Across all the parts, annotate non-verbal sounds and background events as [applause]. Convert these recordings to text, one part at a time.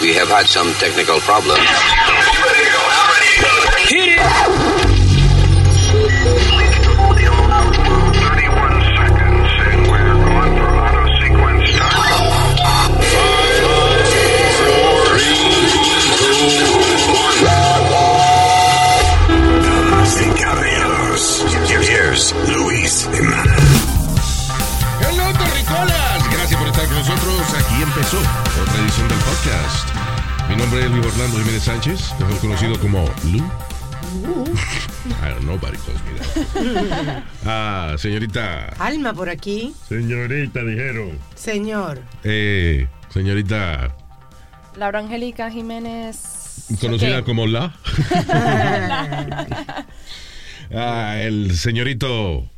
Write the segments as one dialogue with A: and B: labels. A: We have had some technical problems.
B: Hit it!
C: Damas y caballeros, here's Luis Jiménez.
D: ¡Hello, Torricolas! Gracias por estar con nosotros. Aquí empezó otra edición del podcast. Mi nombre es Luis Orlando Jiménez Sánchez, mejor conocido como Lu. I don't know, nobody calls me that. Ah, señorita.
E: Alma por aquí,
D: Señorita, dijeron.
E: señor.
D: Eh, señorita,
F: Laura Angélica Jiménez.
D: conocida
F: Ok.
D: como La. Ah, el señorito.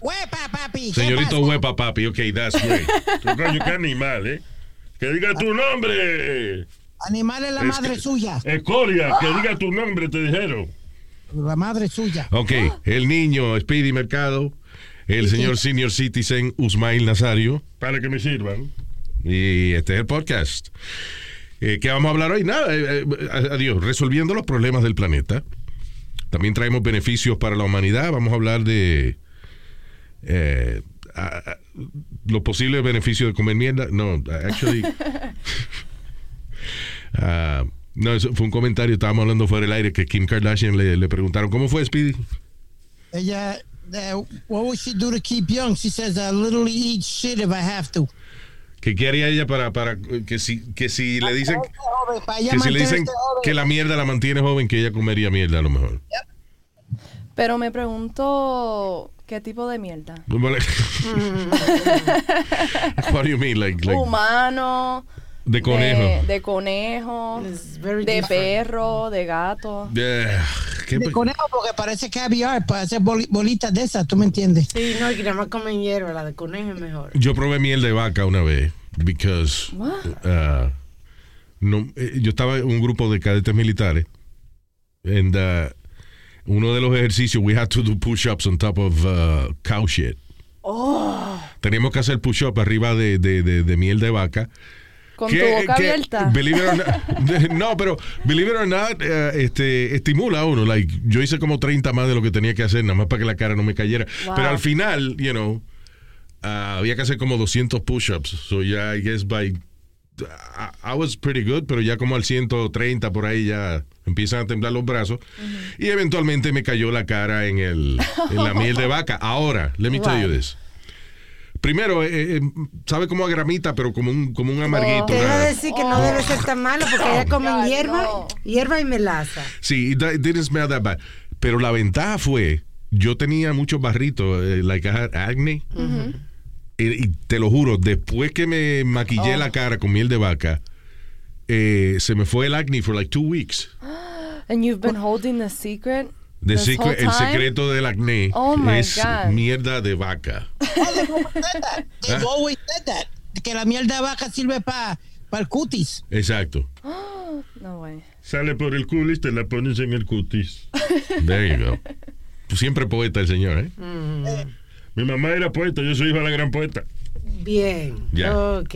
G: ¡Huepa, papi!
D: Señorito Huepa Papi, ok, that's great.
H: Tú, coño, qué animal, ¿eh? Que diga tu nombre.
G: Animal es la
H: Es
G: madre
H: que-
G: suya.
H: Escoria, que diga tu nombre, te dijeron.
G: La madre suya.
D: Ok, el niño Speedy Mercado, el señor Senior Citizen Usmail Nazario.
H: Para que me sirvan.
D: Y este es el podcast. Eh, ¿Qué vamos a hablar hoy? Nada, eh, eh, adiós, resolviendo los problemas del planeta. También traemos beneficios para la humanidad. Vamos a hablar de eh, a- a- los posibles beneficios de comer mierda. No, actually. ah, no, eso fue un comentario, estábamos hablando fuera del aire, que Kim Kardashian le, le preguntaron, ¿cómo fue Speedy?
G: Ella, eh, what would she do to keep young? She says, I literally eat shit if I have to.
D: ¿Qué, qué haría ella para, para que si, que si le dicen,
G: Joven, para ella
D: que, si le
G: mantenerse
D: dicen
G: joven.
D: que la mierda la mantiene joven, que ella comería mierda a lo mejor?
F: Pero me pregunto qué tipo de mierda.
D: Vale. [laughs] What do you mean? Like, like
F: Humano.
D: de conejo.
F: De, de conejo.
E: It's very
F: De
E: different.
F: perro, de gato.
D: Yeah. ¿Qué
G: De
D: pe-
G: conejo porque parece caviar, para hacer boli- bolitas de esas, ¿tú me entiendes?
E: Sí, no, y que nada más comen hierba, la de conejo
D: [laughs]
E: es mejor.
D: Yo probé miel de vaca una vez because
F: What?
D: uh, no, eh, yo estaba en un grupo de cadetes militares and uh, uno de los ejercicios we had to do push-ups on top of uh, cow shit.
F: Oh.
D: Teníamos que hacer push-up arriba de, de- de- de miel de vaca.
F: Con
D: Que-
F: tu boca
D: que,
F: abierta.
D: Believe it or not, [laughs] no, pero believe it or not, eh, este, estimula a uno. Like, yo hice como 30 más de lo que tenía que hacer, nada más para que la cara no me cayera.
F: Wow.
D: Pero al final, you know, ah, había que hacer como 200 push-ups. So ya, I guess by. I, I was pretty good, pero ya como al 130 por ahí ya empiezan a temblar los brazos. Y eventualmente me cayó la cara en, el, en la miel de vaca. Ahora, let me tell you
F: Wow.
D: this. Primero, eh, eh, sabe como a gramita, pero como un, como un amarguito.
E: Oh. Te iba a
D: una-
E: decir que
D: Oh.
E: no debe ser tan malo porque ya comen
F: God,
E: hierba,
F: no.
E: hierba y melaza.
D: Sí, it, di- it didn't smell that bad. Pero la ventaja fue, yo tenía muchos barritos, eh, like I had acne. y, y te lo juro, después que me maquillé
F: Oh.
D: la cara con miel de vaca, eh, se me fue el acne for like two weeks.
F: And you've been holding the secret.
D: The
F: this
D: secret-
F: whole
D: el
F: time?
D: secreto del acné
F: Oh my
D: es
F: God.
D: mierda de vaca.
G: They've
D: Ah.
G: always said that. Que la mierda de vaca sirve para el cutis.
D: Exacto.
F: No way.
H: Sale por el culis, te la pones en el cutis.
D: There you go. Siempre poeta el señor, ¿eh?
E: Mm.
H: Mi mamá era poeta, yo soy hijo de la gran poeta.
E: Bien.
D: Ya.
E: Ok.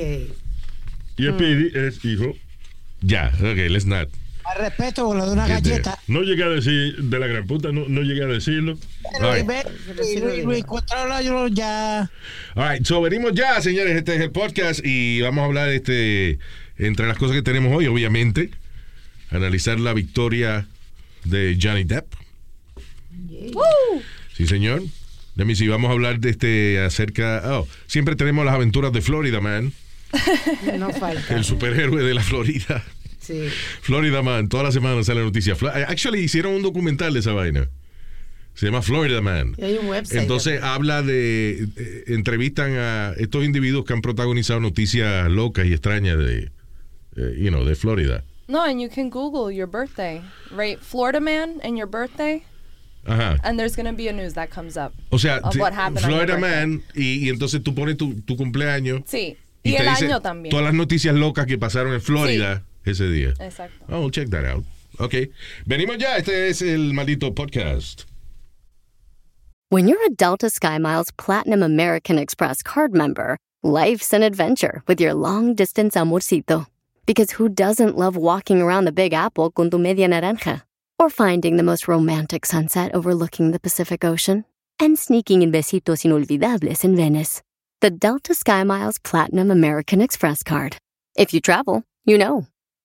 H: Y Speedy es hijo.
D: Ya, ok, let's not.
G: Al respeto, con lo de una
D: Get there.
G: galleta.
H: No llegué a decir de la gran puta, no, no llegué a decirlo.
D: All right.
G: Y ve- y- y- y- y- encontrarlo yo ya.
D: All right, so venimos ya, señores. Este es el podcast y vamos a hablar este entre las cosas que tenemos hoy, obviamente, analizar la victoria de Johnny Depp. Sí, señor. Let me see, vamos a hablar de este acerca. Oh, siempre tenemos las aventuras de Florida Man,
E: No falta.
D: el superhéroe de la Florida.
E: Sí.
D: Florida Man, todas las semanas sale la noticia. Fla- eh, Actually, hicieron un documental de esa vaina. Se llama Florida Man.
E: Y hay un website.
D: Entonces habla de, eh, entrevistan a estos individuos que han protagonizado noticias locas y extrañas de, eh, you know, de Florida.
F: No, and you can Google your birthday. Right? Florida man and your birthday.
D: Ajá.
F: And there's going to be a news that comes up.
D: O sea,
F: Of
D: te-
F: what happened on
D: Florida
F: your birthday.
D: Man y, y entonces tú pones tu, tu cumpleaños
F: Sí. Y,
D: te
F: el
D: dice
F: año también.
D: todas las noticias locas que pasaron en Florida ese día.
F: Exacto.
D: Oh, check that out. Ok. Venimos ya. Este es el maldito podcast.
I: When you're a Delta SkyMiles Platinum American Express card member, life's an adventure with your long distance amorcito. Because who doesn't love walking around the Big Apple con tu media naranja? Or finding the most romantic sunset overlooking the Pacific Ocean? And sneaking in besitos inolvidables in Venice? The Delta Sky Miles Platinum American Express card. If you travel, you know.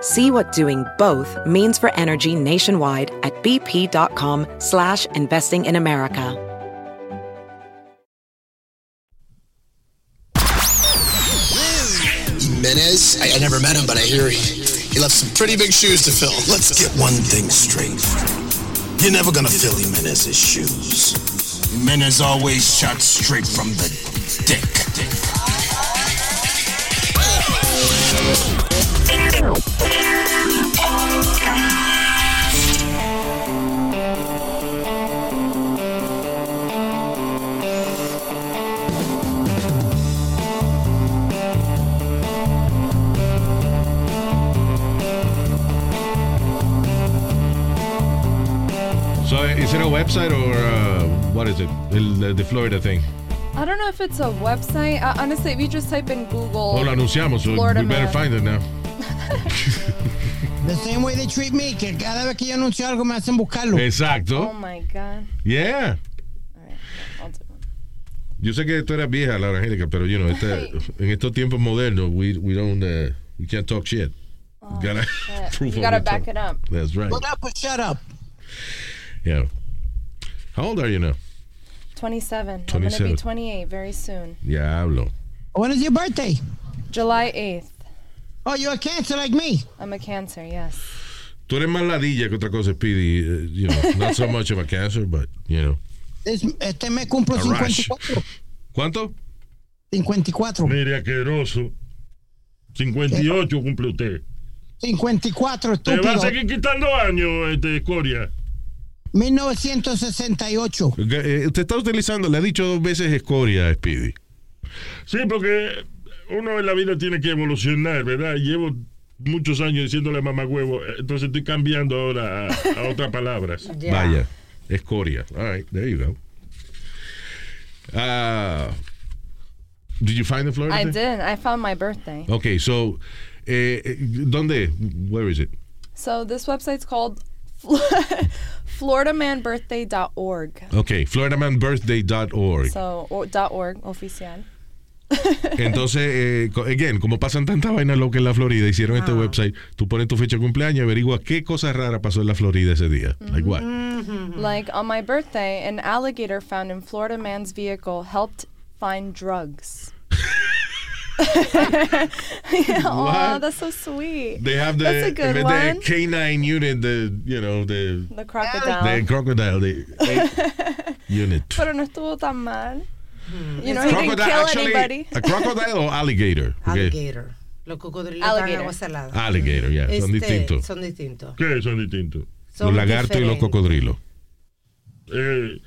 B: See what doing both means for energy nationwide at bp.com slash investing in America.
J: Jimenez. I, I never met him, but I hear he, he left some pretty big shoes to fill.
C: Let's get one thing straight. You're never gonna fill Jimenez's shoes. Jimenez always shot straight from the dick.
D: So is it a website or uh, what is it? El- the Florida thing.
F: I don't know if it's a website. Uh, honestly, if you just type in Google,
D: Well, lo anunciamos. So
F: Florida
D: we better
F: man.
D: find it
F: [laughs]
D: now.
G: The same way they treat me, que cada vez que yo anuncio algo me hacen buscarlo.
F: oh
D: Exacto.
F: my god.
D: Yeah.
F: All right, I'll do one.
D: [laughs] Yo sé que tú eras vieja, Laura Angélica, pero you know, esta- en estos tiempos modernos, we, we don't, uh, we can't talk shit. gotta
F: Yeah,
D: [laughs] prove
F: Oh, you
D: what
F: gotta
D: we're
F: back
D: talking-
F: it up.
D: That's right.
G: Put up or shut up.
D: Yeah. How old are you now?
F: 27. I'm gonna
D: 27.
F: be 28 very soon.
D: Diablo.
G: When is your birthday?
F: July 8th.
G: Oh, you're a cancer like me.
F: I'm a Cancer. Yes.
D: Tú eres más ladilla que otra cosa, Speedy. uh, you know, not
F: [laughs]
D: so much of a cancer, but, you know.
G: Es- este mes cumplo
D: A rash.
G: 54.
D: ¿Cuánto?
G: 54.
H: Mire, asqueroso. 58 cumple usted.
G: 54,
H: Te va a
G: estúpido.
H: seguir quitando años, este, Escoria.
G: 1968.
D: Eh, Usted está utilizando, le ha dicho dos veces escoria a Speedy.
H: Sí, porque uno en la vida tiene que evolucionar, ¿verdad? Llevo muchos años diciéndole mamá huevo, entonces estoy cambiando ahora a, a
D: [laughs]
H: otras palabras.
E: Ya.
D: Vaya, escoria. All right, there you go. Uh, did you find the Florida?
F: I
D: thing?
F: did. I found my birthday.
D: Okay, so, eh, eh, ¿dónde? Where is it?
F: So this website's called [laughs] Fl- FloridaManBirthday.org.
D: Okay, floridamanbirthday.org.
F: [laughs] So or, dot .org oficial.
D: Entonces, eh, co- again, como pasan tantas vainas locas en la Florida, hicieron
F: Ah.
D: este website, tú pones tu fecha de cumpleaños y averigua qué cosa rara pasó en la Florida ese día. Like what?
F: Mm-hmm. Like on my birthday, an alligator found in Florida man's vehicle helped
D: [laughs]
F: find drugs. [laughs] Oh,
D: What?
F: that's so sweet.
D: They have the,
F: That's a good
D: the
F: one.
D: canine unit, the, you know, the,
F: The crocodile.
D: the crocodile
F: [laughs]
D: the ape unit.
F: Pero no estuvo tan mal. You know, he didn't
D: Hmm. Crocodile,
F: kill
D: actually,
F: anybody.
D: a crocodile or alligator? Okay.
E: Alligator. Los cocodrilos están en
F: Alligator.
E: agua salada.
D: Alligator, yeah, Ah, son
E: Este,
D: distintos.
E: Son distintos.
H: ¿Qué son distintos?
E: Son
D: Los lagartos y los
E: diferentes.
D: cocodrilos.
H: Eh,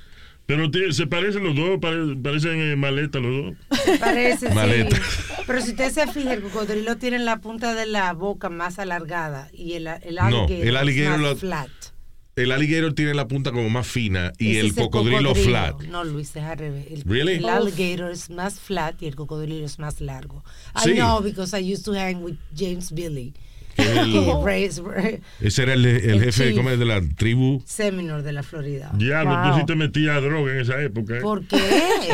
H: pero ti- se parecen los dos, pare- parecen eh, maletas los dos.
E: Parece, sí.
D: Maleta.
E: Pero si usted se fija, el cocodrilo tiene la punta de la boca más alargada y el, el
D: No,
E: alligator,
D: el alligator
E: es más
D: lo-
E: flat.
D: El alligator tiene la punta como más fina y
E: Ese
D: el
E: es
D: cocodrilo flat.
E: No, Luis, es al revés. El,
D: Really?
E: el
D: Uf.
E: alligator es más flat y el cocodrilo es más largo.
D: Sí.
E: I know because I used to hang with James Billy. [laughs]
D: El-
E: que raised-
D: Ese era el, el
E: El
D: jefe
E: chief.
D: ¿cómo es? de la tribu.
E: Seminole de la Florida.
H: Diablo,
F: Wow.
H: tú sí te metías a droga en esa época. ¿eh?
E: ¿Por
D: [laughs]
E: qué?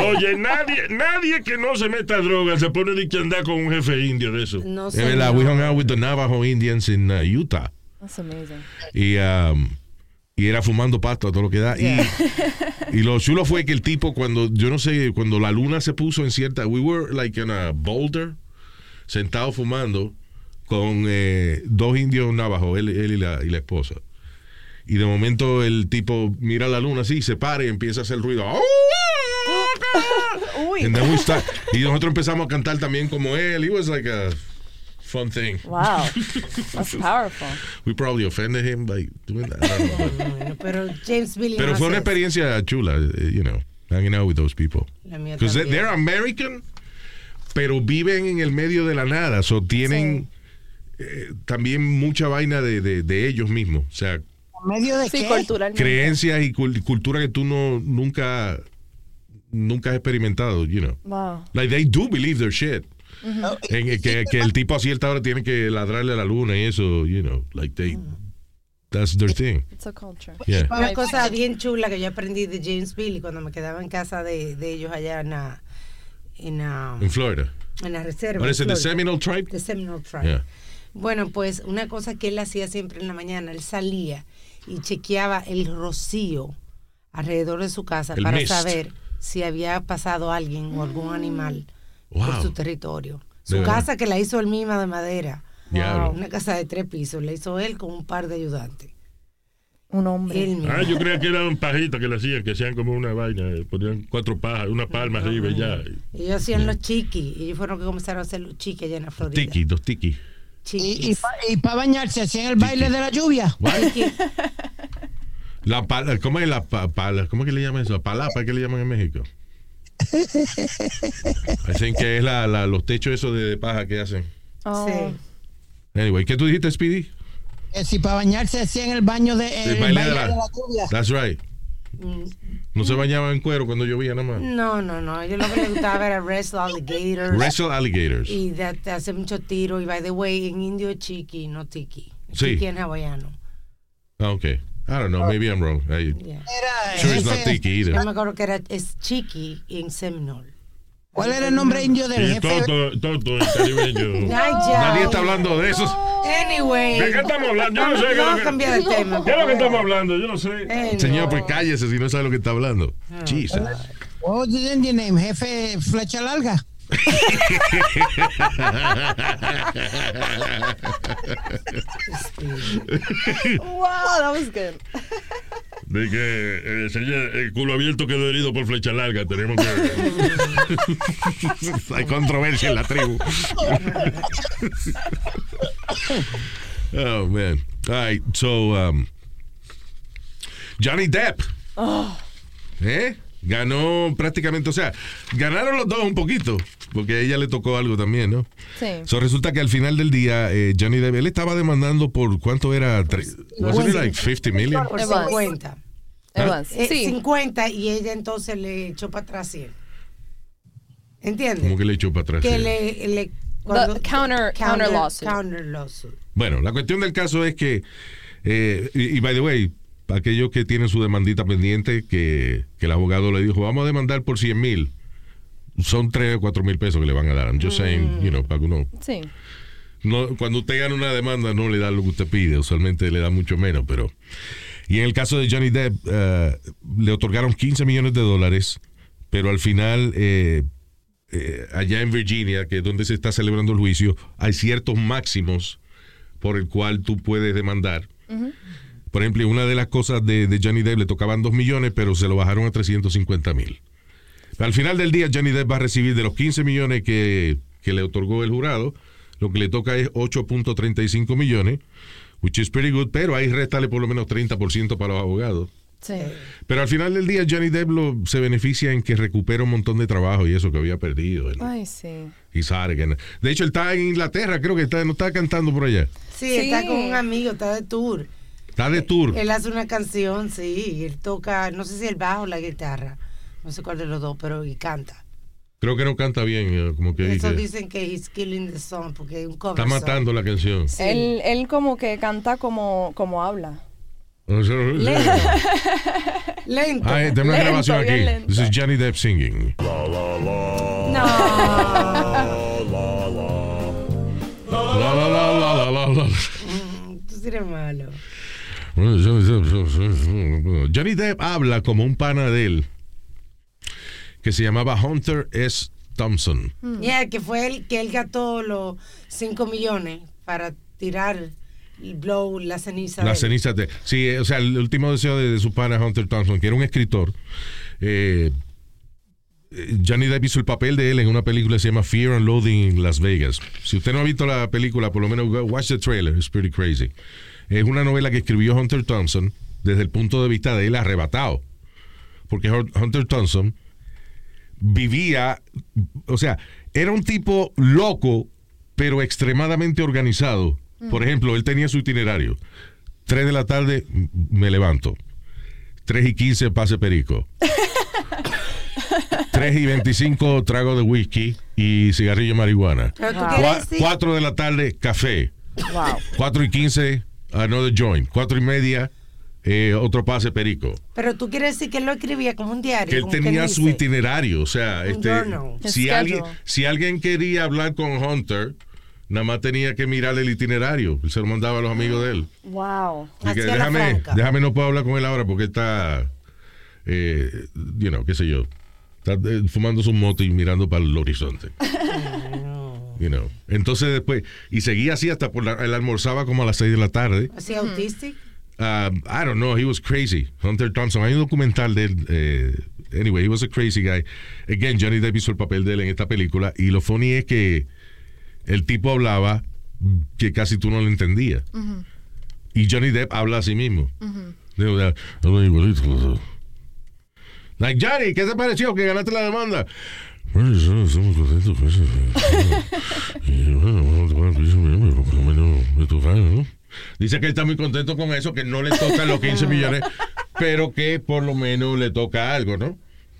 H: Oye, nadie, nadie que no se meta a droga se pone de que andar con un jefe indio de eso.
E: No
D: Es verdad, we
E: señor.
D: hung out with the Navajo Indians in uh, Utah.
F: [laughs] That's amazing.
D: Y, um, y era fumando pasto a todo lo que da. Y- Y, lo chulo fue que el tipo, cuando, yo no sé, cuando la luna se puso en cierta. We were like in a boulder, sentado fumando, con eh, dos indios Navajo, él, él y, la, y la esposa. Y de momento el tipo mira la luna así, se para y empieza a hacer ruido. ¡Oh!
F: Uy.
D: And then we start- y nosotros empezamos a cantar también como él. He was like a fun thing.
F: Wow.
D: [laughs]
F: That's powerful.
D: We probably offended him by doing that. I don't know, but-
E: Bueno, pero James Billy
D: Pero
E: no
D: fue una
E: hace eso.
D: experiencia chula, eh, you know, hanging out with those people.
E: La mía
D: Because
E: también.
D: they're American, pero viven en el medio de la nada. So tienen eh, también mucha vaina de, de- de ellos mismos. O sea,
G: medio de
F: Sí,
G: qué?
F: culturalmente.
D: creencias y cul- cultura que tú no nunca nunca has experimentado, you know.
F: Wow.
D: Like they do believe their shit.
G: Oh,
D: En el que, que el tipo a cierta hora tiene que ladrarle a la luna y eso, you know, like they that's their thing.
F: It's a culture.
D: Yeah.
E: Una cosa bien chula que yo aprendí de James Billy cuando me quedaba en casa de, de ellos allá en la, en la,
D: En Florida.
E: en la reserva.
D: What is it, the
E: Florida.
D: Seminole tribe?
E: The Seminole Tribe.
D: Yeah.
E: Bueno, pues una cosa que él hacía siempre en la mañana, él salía y chequeaba el rocío alrededor de su casa
D: El
E: para
D: mist.
E: saber si había pasado alguien o algún animal por
D: Wow.
E: su territorio. Su
D: verdad?
E: casa que la hizo él misma de madera,
D: Diablo.
E: una casa de tres pisos, la hizo él con un par de ayudantes.
F: Un hombre.
E: Él mismo.
H: Ah, yo creía que eran pajitas que le hacían, que sean como una vaina. eh, Ponían cuatro pajas, una palma arriba y ya.
E: Ellos hacían los chiquis, ellos fueron los que comenzaron a hacer los chiquis allá en la Florida.
D: Tiki, dos tiki.
G: Y, y
E: Chiquis.
G: para bañarse, hacían el baile de la lluvia.
D: What? La pala, ¿cómo es la pa- pala? ¿Cómo es que le llaman eso? Palapa, ¿qué le llaman en México? Dicen que es la, la- los techos esos de, de paja que hacen.
F: Oh.
E: Sí.
D: Anyway, ¿qué tú dijiste, Speedy?
G: Que si para Eh, bañarse, hacían el baño de eh, el, baile, de la, lluvia.
D: That's right. No se bañaban en cuero cuando llovía nada más.
E: No, no, no. Yo lo que le gustaba era wrestle alligators.
D: Wrestle alligators.
E: Mm. Y de, de hacer mucho tiro. Y by the way, en indio es chiqui, no tiki.
D: Sí.
E: Tiki en hawaiano.
D: Ah, okay. I don't know. Maybe I'm wrong. I,
E: Yeah.
G: Era,
D: sure it's
G: jefe-
D: not tiki either.
E: Yo me acuerdo que era es chiqui en Seminole.
G: ¿Cuál era el nombre indio del
H: Y
G: jefe?
H: Toto, Toto, el caribeño.
E: Ay, ya.
D: Nadie está hablando de eso.
E: Anyway.
H: ¿De qué estamos hablando? Yo no sé. qué es lo
E: Vamos
H: que-
E: a cambiar de tema.
H: ¿Qué es lo que estamos hablando? Yo no sé.
E: Eh, no.
D: Señor, pues cállese si no sabe lo que está hablando. Jesus.
G: What was his Indian name? Jefe Flecha Larga.
F: oh, Wow, that was good.
H: De que eh, sería el culo abierto quedó herido por flecha larga. Tenemos que.
D: Hay controversia en la tribu. oh man. All right. So um, Johnny Depp. ¿Eh? Ganó prácticamente, o sea, ganaron los dos un poquito, porque a ella le tocó algo también, ¿no?
F: Sí.
D: So resulta que al final del día, eh, Johnny Depp, él estaba demandando por cuánto era, Tre- wasn't it like 50 million?
E: Por
F: It was.
D: ¿ah?
E: 50.
F: It was.
E: Eh,
F: Sí.
E: 50 y ella entonces le echó para atrás 100. ¿Entiendes?
D: Como que le echó para atrás.
E: que
D: sí.
E: le, le cuando-
F: counter- counter lawsuit.
E: counter lawsuit.
D: Bueno, la cuestión del caso es que, eh, y, y by the way, aquellos que tienen su demandita pendiente, que, que el abogado le dijo, vamos a demandar por 100 mil, son 3 o 4 mil pesos que le van a dar. I'm just saying, you know, para que uno-
F: Sí.
D: no- cuando usted gana una demanda no le da lo que usted pide, usualmente le da mucho menos, pero... Y en el caso de Johnny Depp, eh, le otorgaron 15 millones de dólares, pero al final, eh, eh, allá en Virginia, que es donde se está celebrando el juicio, hay ciertos máximos por el cual tú puedes demandar. Por ejemplo, una de las cosas de, de Johnny Depp le tocaban 2 millones, pero se lo bajaron a 350 mil. Al final del día, Johnny Depp va a recibir de los 15 millones que, que le otorgó el jurado, lo que le toca es 8.35 millones, which is pretty good, pero ahí réstale por lo menos 30% para los abogados.
F: Sí.
D: Pero al final del día, Johnny Depp lo- se beneficia en que recupera un montón de trabajo y eso que había perdido. en-
F: Ay, sí.
D: y sabe que no- De hecho, él está en Inglaterra, creo que está, no está cantando por allá.
E: Sí,
F: Sí.
E: está con un amigo, está de tour.
D: Está de tour.
E: Él hace una canción, sí, y él toca, no sé si el bajo o la guitarra, no sé cuál de los dos, pero y canta.
D: Creo que no canta bien, eh, como que,
E: Eso
D: que
E: dicen que he's killing the song porque es un cover
D: está
E: song.
D: matando la canción.
E: Sí.
F: Él, él como que canta como, como habla.
D: Oh,
E: Lento.
D: Ah, eh, tengo una
F: Lento,
D: grabación
F: bien
D: aquí.
F: lento.
D: This is Johnny Depp singing. La, la, la, la, la, la, la.
E: Tú sí eres malo.
D: Johnny Depp habla como un pana de él que se llamaba Hunter S. Thompson.
E: Yeah, que fue él que él gastó los 5 millones para tirar el blow, la ceniza.
D: Las
E: de él.
D: cenizas de. Sí, eh, o sea, el último deseo de, de su pana Hunter Thompson, que era un escritor, eh, eh, Johnny Depp hizo el papel de él en una película que se llama Fear and Loathing en Las Vegas. Si usted no ha visto la película, por lo menos go- watch the trailer, it's pretty crazy. Es una novela que escribió Hunter Thompson desde el punto de vista de él arrebatado. Porque Hun- Hunter Thompson vivía, o sea, era un tipo loco, pero extremadamente organizado. Por ejemplo, él tenía su itinerario. 3 de la tarde m- me levanto. 3 y 15 pase perico. 3 y 25 trago de whisky y cigarrillo de marihuana.
E: Pero tú
D: Cua-
E: quieres decir-
D: 4 de la tarde café.
F: Wow.
D: 4 y 15 another joint. 4 y media eh, otro pase perico.
E: Pero tú quieres decir que él lo escribía como un diario.
D: Que él
E: como
D: tenía
E: dice.
D: su itinerario, o sea,
E: Un
D: este,
E: journal.
D: si,
E: Schedule.
D: alguien, si alguien quería hablar con Hunter, nada más tenía que mirar el itinerario. Él se lo mandaba a los amigos de él.
F: Wow.
E: Ah,
D: Y que déjame, déjame, no puedo hablar con él ahora porque está, eh, you know, qué sé yo, está eh, fumando su moto y mirando para el
E: [laughs]
D: horizonte. You know. Entonces después, y seguía así hasta por la, él almorzaba como a las 6 de la tarde.
E: Así autístico.
D: Um, I don't know, he was crazy. Hunter Thompson, hay un documental de él. eh, anyway, he was a crazy guy. Again, Johnny Depp hizo el papel de él en esta película. Y lo funny es que el tipo hablaba que casi tú no lo entendías.
F: Ujú,
D: Y Johnny Depp habla a sí mismo.
F: ujú.
D: Digo, ya, habla igualito. Like, Johnny, ¿qué te pareció que ganaste la
F: [laughs]
D: demanda? Bueno, yo no estoy muy contento con eso. Y bueno, vamos a tomar el piso, mi hombre, por lo menos de tu fan, ¿no? Dice que él está muy contento con eso, que no le toca los [laughs] 15 millones, pero que por lo menos le toca algo, ¿no?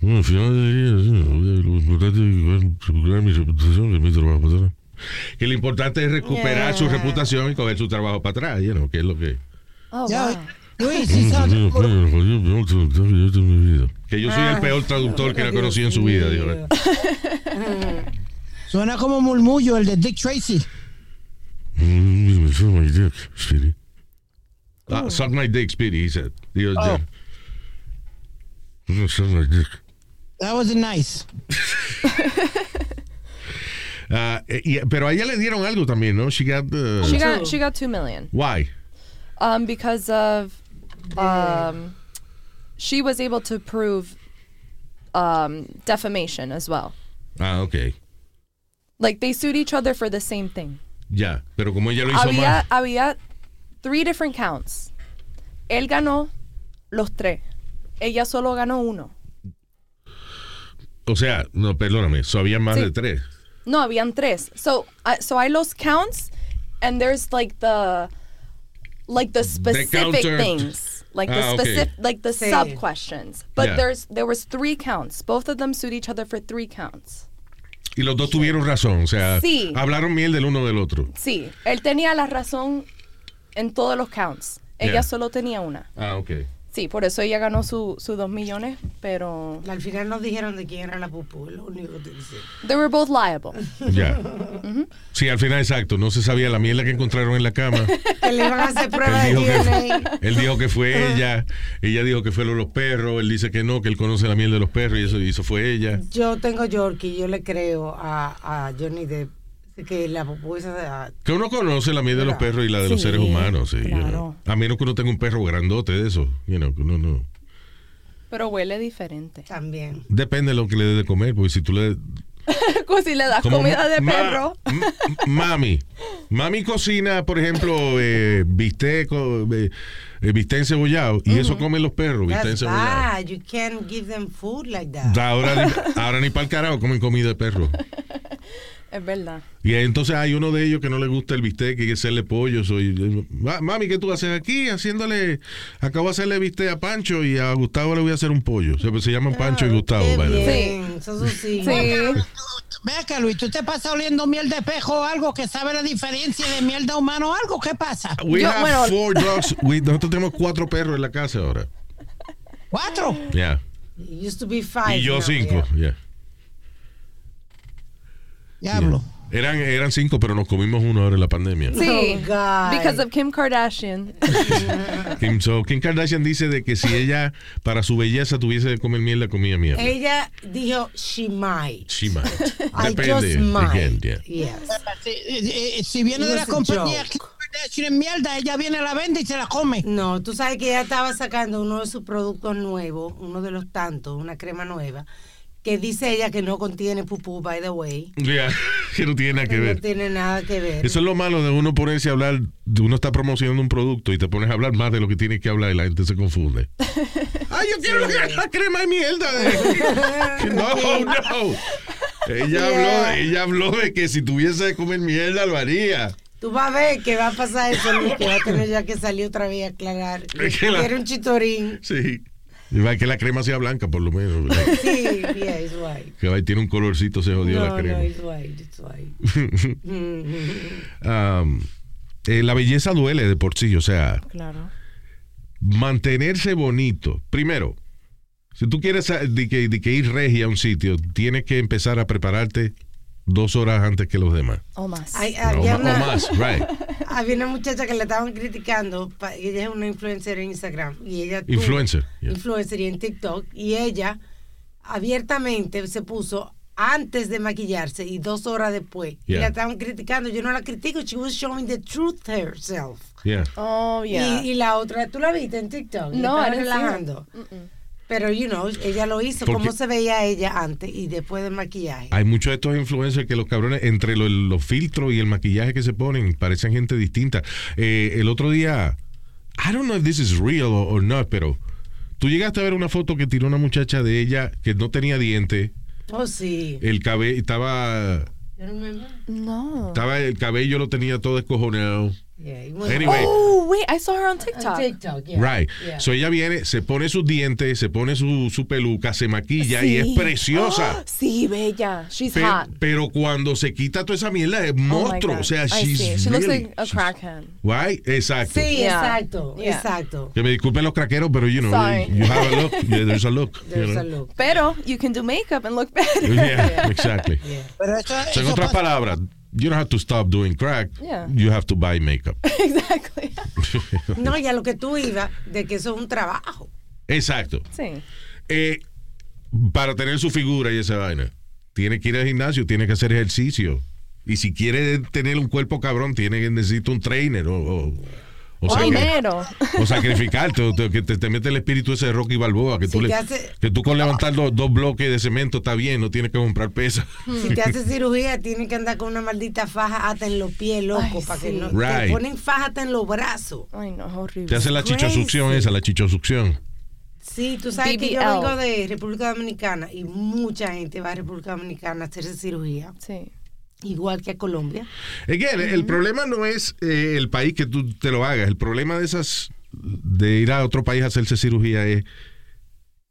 D: Bueno, Mm, al final del día, sí, lo importante es recuperar mi reputación, que es mi trabajo para atrás. Que lo importante es recuperar su reputación y coger su trabajo para atrás, you know, que es lo que...
F: Oh,
G: Yo,
F: wow.
G: Luis,
D: Yo
G: he
D: no
G: sounds
D: sabía,
G: como-
D: coño, jodido, peor traductor que yo he tenido en mi vida. Que yo soy el peor traductor que la conocí en su vida, dijo él.
G: suena como murmullo el de Dick Tracy.
D: Mm, Suck my dick, Speedy.
F: Oh.
D: Ah, suck my dick, Speedy, he said. Digo,
G: Oh.
D: "Yeah." Mm, suck my dick.
G: That was nice.
D: Ah, eh, y- pero a ella le dieron algo también, ¿no? She got the...
F: She got she got two million.
D: Why?
F: Um, because of,
D: Eh.
F: um, she was able to prove, um, defamation as well.
D: Ah, ok.
F: Like they sued each other for the same thing.
D: Ya, pero como ella lo hizo
F: Había
D: mal...
F: había three different counts. Él ganó los tres. Ella solo ganó uno.
D: O sea, no, perdóname, so había más
F: Sí.
D: de tres.
F: No, habían tres. So, I so I lost counts, and there's like the, like the specific
D: counter-
F: things, like the
D: Ah, okay.
F: specific, like the
E: Sí.
F: sub questions. But
D: Yeah.
F: there's there was three counts. Both of them sued each other for three counts.
D: Y los dos tuvieron razón, o sea,
F: Sí.
D: hablaron miel del uno del otro.
F: Sí, él tenía la razón en todos los counts. Ella
D: Yeah.
F: solo tenía una.
D: Ah, ok.
F: Sí, por eso ella ganó su, su dos millones, pero
E: Al final nos dijeron de quién era la pupú, lo único que te dicen.
F: they were both liable.
D: Ya.
F: [laughs]
D: Sí, al final exacto. No se sabía la mierda que encontraron en la
F: [laughs]
D: cama.
E: Que le iban a hacer prueba
D: [laughs]
E: de
D: Él dijo,
E: DNA.
D: que, él dijo que fue ella. Ella dijo que fue lo de los perros. Él dice que no, que él conoce la miel de los perros y eso, y eso fue ella.
E: Yo tengo Yorkie, yo le creo a, a Johnny Depp que la pupú esa
D: Que uno conoce la miel de los perros y la de los
F: Sí,
D: seres humanos. sí, you
F: claro.
D: know. A menos que uno tenga un perro grandote de eso. you know, que uno no.
F: Pero huele diferente.
E: también.
D: Depende de lo que le dé de comer, porque si tú le.
F: [laughs] Como si le das comida de
D: ma-
F: perro.
D: m- m- Mami. Mami cocina, por ejemplo, eh, bistec, o, eh, eh, bistec encebollado. Y eso comen los perros, bistec
E: That's
D: encebollado.
E: bad. You can't give them food like that.
D: Da, Ahora, ni- ahora ni para el carajo comen comida de perro.
F: Es verdad.
D: Y entonces hay uno de ellos que no le gusta el bistec, que hacerle pollo. Soy, Ma- mami, ¿qué tú haces aquí? Haciéndole, acabo de hacerle bistec a Pancho y a Gustavo le voy a hacer un pollo. Se, se llaman Pancho y Gustavo.
E: Qué
D: by the way.
E: bien, son sus hijos.
D: [laughs]
F: Sí.
G: Ve acá, Luis, ¿tú te pasas oliendo miel de pejo o algo que sabe la diferencia de miel de humano o algo? ¿Qué pasa?
D: We
F: Yo-
D: have
F: bueno-
E: [laughs]
D: four dogs. We- nosotros tenemos cuatro perros en la casa ahora.
G: ¿Cuatro?
D: Ya.
E: It used to be five.
D: Y yo
E: now,
D: cinco.
E: yeah.
D: ya.
G: Diablo.
D: Eran, eran cinco, pero nos comimos uno ahora en la pandemia.
F: Sí.
E: Oh, God.
F: Because of Kim Kardashian.
D: Kim, so, Kim Kardashian dice de que si ella, para su belleza, tuviese que comer miel, la comía mierda.
E: Ella dijo she might.
D: She might.
E: I
D: Depende.
E: just might.
D: Again, yeah.
E: Yes.
G: Si, eh, eh, si viene
E: It was
G: de la
E: a
G: compañía
E: joke.
G: Kim Kardashian en mierda, ella viene, la vende y se la come.
E: No, tú sabes que ella estaba sacando uno de sus productos nuevos, uno de los tantos, una crema nueva, que dice ella que no contiene pupú, by the way.
D: Ya, [laughs] que no tiene nada que
E: No
D: ver.
E: tiene nada que ver.
D: Eso es lo malo de uno ponerse a hablar, de uno está promocionando un producto y te pones a hablar más de lo que tienes que hablar y la gente se
E: [laughs]
D: confunde. ¡Ay, yo quiero la, crema de mierda!
E: [laughs]
D: No, no. Ella, habló, ella habló de que si tuviese que comer mierda lo haría.
E: Tú vas a ver que va a pasar eso, Luis, que va a tener ya que salir otra vez a aclarar.
D: Es que la-
E: Quiere un chitorín.
D: Sí. Y va que la crema sea blanca, por lo menos. ¿verdad?
E: [laughs] Sí, yeah, it's white.
D: Que ahí tiene un colorcito, se jodió
E: No,
D: la crema.
E: no, it's white, it's white. Mhm.
D: Um, eh, la belleza duele de por sí, o sea,
F: [laughs] Claro.
D: mantenerse bonito. Primero, si tú quieres eh, de que, de que ir regia a un sitio, tienes que empezar a prepararte dos horas antes que los demás.
F: O más.
E: Ay,
D: No, o
E: había, Ah, una,
D: más, right.
E: había una muchacha que la estaban criticando. pa- Ella es una influencer en Instagram. Y ella tuvo-
D: Influencer, yeah.
E: Influencer y en TikTok. Y ella abiertamente se puso antes de maquillarse y dos horas después. Y
D: Yeah.
E: la estaban criticando. Yo no la critico. She was showing the truth herself.
D: Yeah.
F: Oh, yeah.
E: Y, y la otra, ¿tú la viste en TikTok?
F: No,
E: Estaba
F: I didn't see her.
E: relajando. Pero, you know, ella lo hizo.
D: Porque-
E: ¿Cómo se veía ella antes y después del maquillaje?
D: Hay muchos de estos influencers que los cabrones, entre lo- los filtros y el maquillaje que se ponen, parecen gente distinta. Eh, el otro día, I don't know if this is real or, or not, pero tú llegaste a ver una foto que tiró una muchacha de ella que no tenía diente,
E: Oh, sí.
D: el cabello estaba,
E: Yo no me-
F: no.
D: estaba, el cabello lo tenía todo escojonado.
E: Yeah, it was-
D: Anyway.
F: Oh, wait, I saw her on
E: On
F: TikTok.
E: TikTok, yeah.
D: Right.
E: Yeah.
D: So ella viene, se pone sus dientes, se pone su, su peluca, se maquilla y es
F: Sí. [gasps]
D: preciosa.
F: Sí, bella. She's
D: Pe-
F: hot.
D: pero cuando se quita toda esa mierda es
F: Oh my
D: monstruo.
F: God.
D: o sea,
F: I
D: she's
F: see. She looks
D: really-
F: like a
D: she's-
F: crackhead.
D: Right? Exacto.
E: Sí,
F: Yeah.
E: exacto,
F: Yeah.
E: exacto.
D: Que me disculpen los craqueros, pero you know,
F: Sorry.
D: you have
F: [laughs]
D: a look. Yeah, there's a look. you
E: There's
D: know.
E: a look.
F: Pero you can do makeup and look better.
D: [laughs]
F: [laughs]
D: Yeah, exactly.
G: Pero eso,
D: O sea, en
G: eso
D: otras
G: pasa-
D: palabras, you don't have to stop doing crack.
F: Yeah.
D: You have to buy makeup.
F: exactly.
E: No, y a lo que tú ibas, de que eso es un trabajo.
D: Exacto.
F: Sí.
D: Eh, para tener su figura y esa vaina, tiene que ir al gimnasio, tiene que hacer ejercicio. Y si quiere tener un cuerpo cabrón, tiene que necesita un trainer o, o, o sacri-
F: Dinero.
D: o sacrificarte, o te- que te, te mete el espíritu ese de Rocky Balboa, que,
E: Si
D: tú, le-
E: te hace-
D: que tú con levantar dos, dos bloques de cemento está bien, no tienes que comprar pesas. [laughs]
E: Si te haces cirugía, tienes que andar con una maldita faja hasta en los pies, loco,
F: Ay,
E: para que
F: sí.
E: no. Te
D: Right.
E: ponen faja hasta en los brazos.
F: Ay, no, horrible.
D: Te hace la chichosucción esa, la chichosucción.
E: Sí, tú sabes que yo
F: BBL.
E: vengo de República Dominicana y mucha gente va a República Dominicana a hacerse cirugía,
F: Sí.
E: igual que a Colombia.
D: Again, el problema no es eh, el país que tú te lo hagas. El problema de esas de ir a otro país a hacerse cirugía es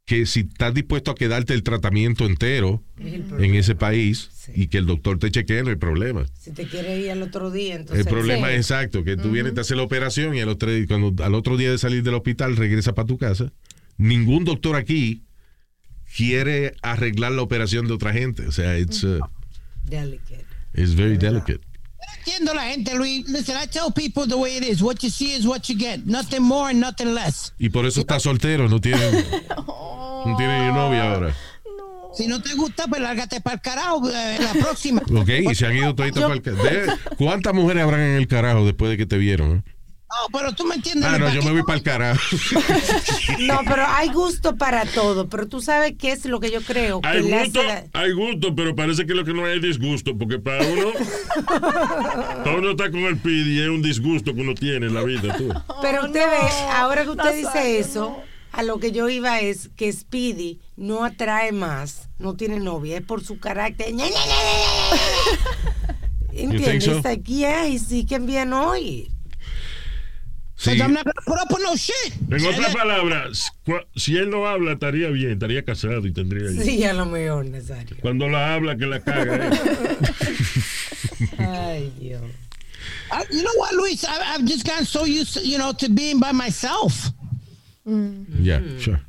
D: que si estás dispuesto a quedarte el tratamiento entero
E: Es el problema.
D: en ese país
E: Sí.
D: y que el doctor te chequee, no hay problema.
E: Si te quieres ir al otro día,
D: El
E: entonces.
D: problema
F: sí.
D: es exacto, que tú vienes, te haces la operación y al otro, y cuando al otro día de salir del hospital regresas para tu casa. Ningún doctor aquí quiere arreglar la operación de otra gente. O sea, it's, uh,
E: Dale, que-
D: it's very delicate.
G: Entiendo la gente, Luis. Listen, I tell people the way it is. What you see is what you get. Nothing more and nothing less.
D: Y por eso está soltero, no tiene, no tiene ni novia ahora.
G: Si no te gusta, pues lárgate para el carajo. eh,
D: [laughs]
G: la próxima.
D: Ok, y se han ido toditas para el carajo. ¿Cuántas mujeres habrán en el carajo después de que te vieron? eh?
G: No, pero tú me entiendes.
D: Ah, no,
G: ¿para
D: yo
G: qué
D: me voy
G: no?
D: para el [laughs] carajo.
E: No, pero hay gusto para todo. Pero tú sabes qué es lo que yo creo. Que
H: Hay
E: le hace
H: gusto,
E: la-
H: hay gusto, pero parece que lo que no hay es disgusto, porque para uno, para uno está con el PID y es un disgusto que uno tiene en la vida, tú.
E: Pero usted ve, ahora que usted dice eso, a lo que yo iba es que Speedy no atrae más, no tiene novia, es por su carácter. Ña, ña, ña, ña, ña, ña. ¿Entiendes?
D: so?
E: It's like, yeah, y sí que bien hoy.
D: Sí.
G: I'm not gonna put up with no shit.
H: En
G: Yeah,
H: otras
G: that-
H: palabras, cua- si él no habla, estaría bien, estaría casado y tendría.
E: Sí, a lo mejor, Nazario.
H: Cuando la habla, que la caga. ¿eh?
E: Ay, Dios.
G: I- you know what, Luis? I, I've just gotten so used, to, you know, to being by myself.
D: Yeah,
G: Mm.
D: sure.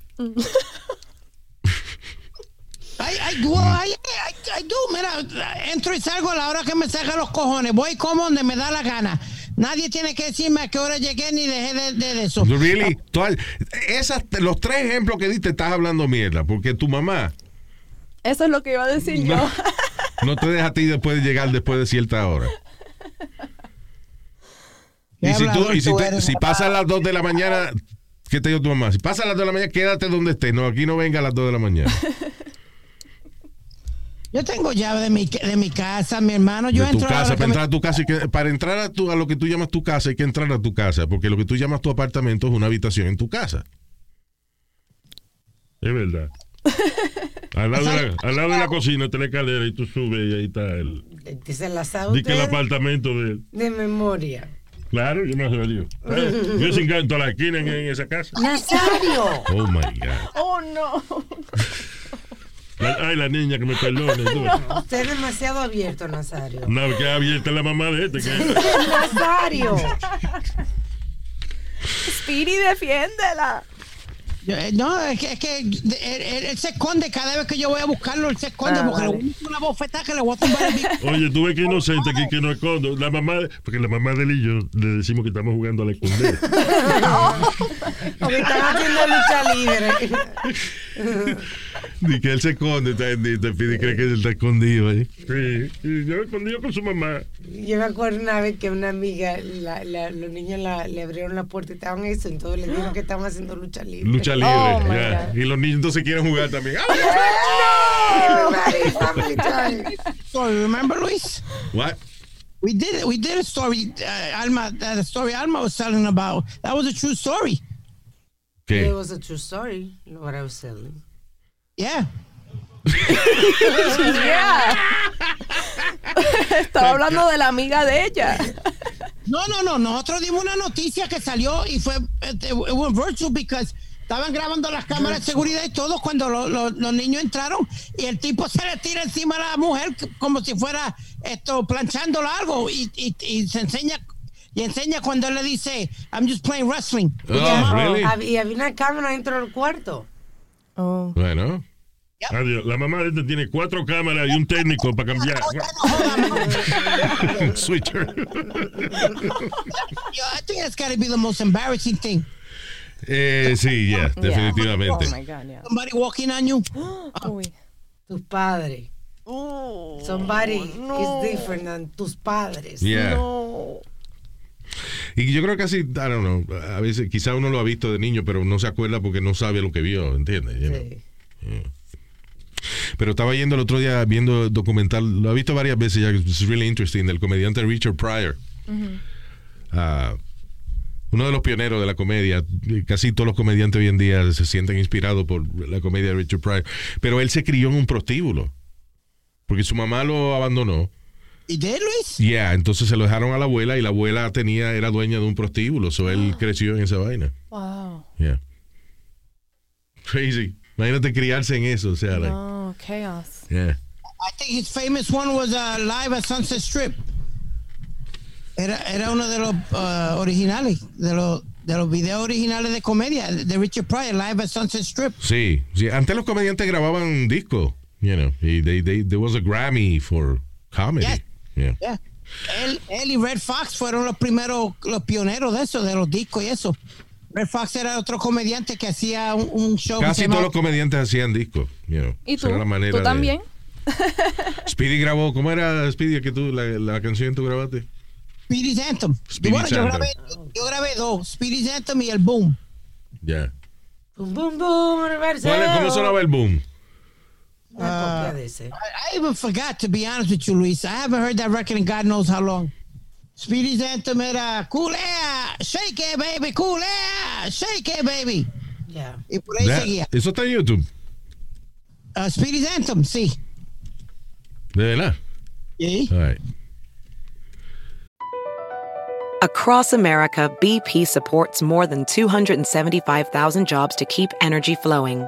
G: I, I, well, I, I, I do, mira, entro y salgo a la hora que me saca los cojones. Voy como donde me da la gana. Nadie tiene que decirme a qué hora llegué ni dejé de, de- de eso.
D: Really? Todas- esas, los tres ejemplos que diste estás hablando mierda, porque tu mamá
F: Eso es lo que iba a decir
D: no,
F: yo.
D: no te deja a ti después de llegar después de cierta hora. Y si, tú, y si, tú- si pasa a las 2 de la mañana, ¿qué te dijo tu mamá? Si pasa a las 2 de la mañana, quédate donde estés. No, aquí no venga a las 2 de la mañana.
G: Yo tengo llave de mi, de mi casa, mi hermano. [laughs] Yo
D: de tu
G: entro a la
D: casa,
G: hora
D: para
G: que me-
D: entrar a tu casa, y que- para entrar a, tu, a lo que tú llamas tu casa, hay que entrar a tu casa, porque lo que tú llamas tu apartamento es una habitación en tu casa.
H: Es
G: [laughs]
H: verdad. Al lado, de la, al lado de la cocina está la escalera y tú subes y ahí está el,
E: Que se la sabe
H: di que el
E: usted
H: apartamento de él.
E: de memoria.
H: Claro, yo me sabía. Eh, Yo [laughs] sin canto a la esquina en, en esa casa.
E: ¡Nazario!
D: Oh my God.
F: [laughs] Oh no.
H: La- ay, la niña que me
D: [laughs]
H: perdone. tú.
E: Usted es demasiado abierto, Nazario.
H: No, que abierta la mamá de este. que-
E: ¡Nazario!
F: Speedy, defiéndela.
G: Yo, eh, no, es que, es que él, él- él se esconde cada vez que yo voy a buscarlo, él se esconde
F: Ah,
G: porque le
F: vale.
G: voy a dar una bofetada que le voy a tumbar el
F: [laughs]
G: bico.
H: Oye, tú ves que inocente, que, que no escondo. La mamá, de- porque la mamá de él y yo le decimos que estamos jugando a la
D: [laughs]
H: escondida.
E: Porque están haciendo lucha libre.
D: Ni que él se esconde, está bendito, Speedy cree que él está escondido ahí.
H: Sí, y yo escondido con su mamá.
E: Yo me acuerdo una vez que una amiga, la- la- los niños la- le abrieron la puerta y estaban eso, entonces le dijeron que estaban haciendo lucha libre.
D: Lucha libre.
F: Oh, my
D: ya.
F: God.
D: Y los niños entonces quieren
H: [laughs]
D: jugar también. ¡Ah!
E: Oh. Everybody, family time.
G: So, remember, Luis?
D: What?
G: We did we did a story. Uh, Alma, uh, the story Alma was telling about that was a true story.
D: ¿Qué? Oh,
E: It was a true story, what I was selling.
G: Yeah.
F: [laughs] Estaba hablando de la amiga de ella.
G: No, no, no. Nosotros dimos una noticia que salió y fue eh, it was virtual because estaban grabando las cámaras de seguridad y todos cuando lo- lo- los niños entraron y el tipo se le tira encima a la mujer c- como si fuera esto planchando algo y, y, y se enseña y enseña cuando él le dice I'm just playing wrestling.
D: Oh, really?
E: Hab- Y había una cámara dentro del cuarto.
F: Oh.
D: Bueno.
H: Adiós. La mamá de este tiene cuatro cámaras y un técnico para
F: [laughs]
H: cambiar.
D: [laughs] Switcher.
G: Yo, I think that's gotta be the most embarrassing thing.
D: Eh, sí, ya,
F: Yeah.
D: definitivamente.
F: Oh my God, yeah.
G: Somebody walking on you.
F: Uy.
E: Tus padres. Oh, Somebody is different than tus padres.
D: Yeah.
F: No.
D: Y yo creo que así, I don't know, a veces quizá uno lo ha visto de niño, pero no se acuerda porque no sabe lo que vio, ¿entiendes? You know?
E: Sí.
D: Pero estaba yendo el otro día viendo documental, lo he visto varias veces ya, es really interesting, del comediante Richard Pryor. Ah, uno de los pioneros de la comedia. Casi todos los comediantes hoy en día se sienten inspirados por la comedia de Richard Pryor. Pero él se crió en un prostíbulo. Porque su mamá lo abandonó.
G: ¿Y de Luis?
D: Yeah, entonces se lo dejaron a la abuela y la abuela tenía, era dueña de un prostíbulo. So él creció en esa vaina.
F: Wow.
D: Yeah. Crazy. Imagínate criarse en eso. O sea, like,
F: Oh, chaos.
D: yeah.
G: I think his famous one was uh, Live at Sunset Strip. Era, era uno de los uh, originales, de los, de los videos originales de comedia de Richard Pryor, Live at Sunset Strip.
D: Sí, sí. Antes los comediantes grababan un disco. You know, y they, they, there was a Grammy for comedy.
G: Yes.
D: Yeah.
G: Yeah. Él, él y Red Fox fueron los primeros, los pioneros de eso, de los discos y eso. Red Fox era otro comediante que hacía un, un show. que se
D: Casi todos
G: llamaba-
D: los comediantes hacían discos. You know.
F: ¿Y tú?
D: Era la manera
F: ¿Tú
D: de-
F: también?
D: Speedy grabó, ¿cómo era Speedy que tú, la, la canción tú grabaste?
G: Speedy's Anthem.
D: Speedy's
G: bueno, yo
D: Anthem.
G: grabé, yo grabé dos, Speedy's Anthem y el Boom.
D: Ya.
E: Boom, boom, boom, universo.
D: ¿Cuál es- ¿Cómo sonaba el boom?
E: Una copia de ese.
G: I, I even forgot to be honest with you, Luis. I haven't heard that record in God knows how long. Speedy's anthem era cool air, shake it, baby, cool air, shake it, baby.
E: Yeah.
G: Y por ahí
D: Ya.
G: seguía.
D: Eso está en YouTube.
G: Uh, Speedy's anthem, sí.
D: De verdad.
G: Sí.
D: All right.
B: Across America, BP supports more than 275,000 jobs to keep energy flowing.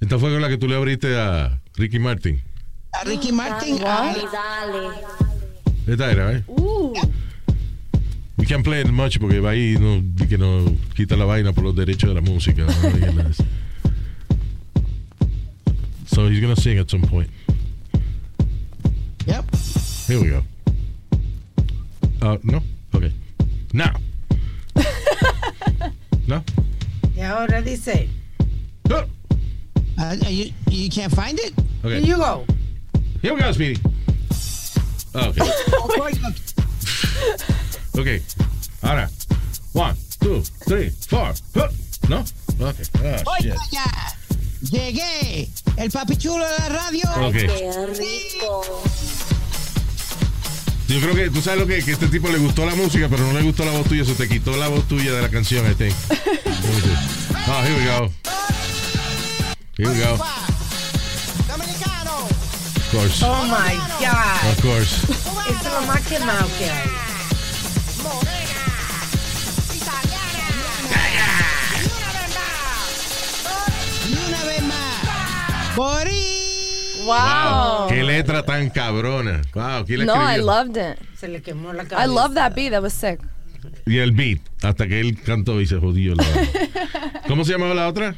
D: Esta fue con la que tú le abriste a Ricky Martin. Oh,
G: A Ricky Martin. uh, a-
D: Esta era, ¿eh? We can't play it much porque va ahí y no, y que no quita la vaina por los derechos de la música. ¿no? Y nada de eso. so he's gonna sing at some point.
G: Yep.
D: Here we go. Uh, no? Okay. Now.
E: Y ahora dice.
G: Uh, you, you can't find it?
D: Okay.
E: Here you go.
D: Here we go, Speedy. Okay. [laughs] okay. Ahora. One, two, three, four. Huh. No? Okay. Oh,
G: Oiga,
D: shit.
G: ya. Llegué. El papi chulo de la radio.
D: Ok.
G: rico.
D: Yo creo que tú sabes lo que, que este tipo le gustó la música, pero no le gustó la voz tuya. Se te quitó la voz tuya de la canción, I think. Let me see. Oh, here we go. Here we go. Of course.
E: Oh my God.
D: Of course.
E: Eso es lo más quemado que hay.
G: Y una vez más. Borí.
F: Wow.
D: Qué letra tan cabrona. Wow, ¿quién la
F: No, I
D: escribió?
F: loved it. I love that beat. That was sick.
D: Y el beat, hasta que él cantó y se jodió.
F: [laughs]
D: La... ¿Cómo se llamaba la otra?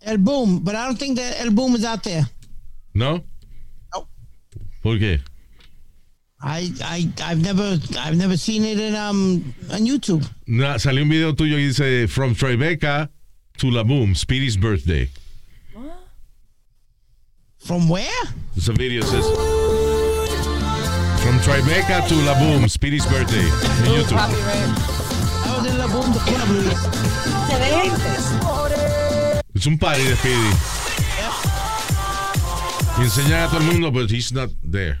G: El boom. But I don't think that el boom is out there.
D: ¿No? ¿Por qué?
G: I, I, I've never, I've never seen it in, um, on YouTube.
D: Na- salió un video tuyo que dice From Tribeca to La Boom, Speedy's birthday.
G: From where?
D: It's a video that says From Tribeca to La Boom, Speedy's birthday. En YouTube.
G: I was in La Boom, the club.
E: Se ve
D: Es un party de Speedy. Y enseñar a todo el mundo, but he's not there.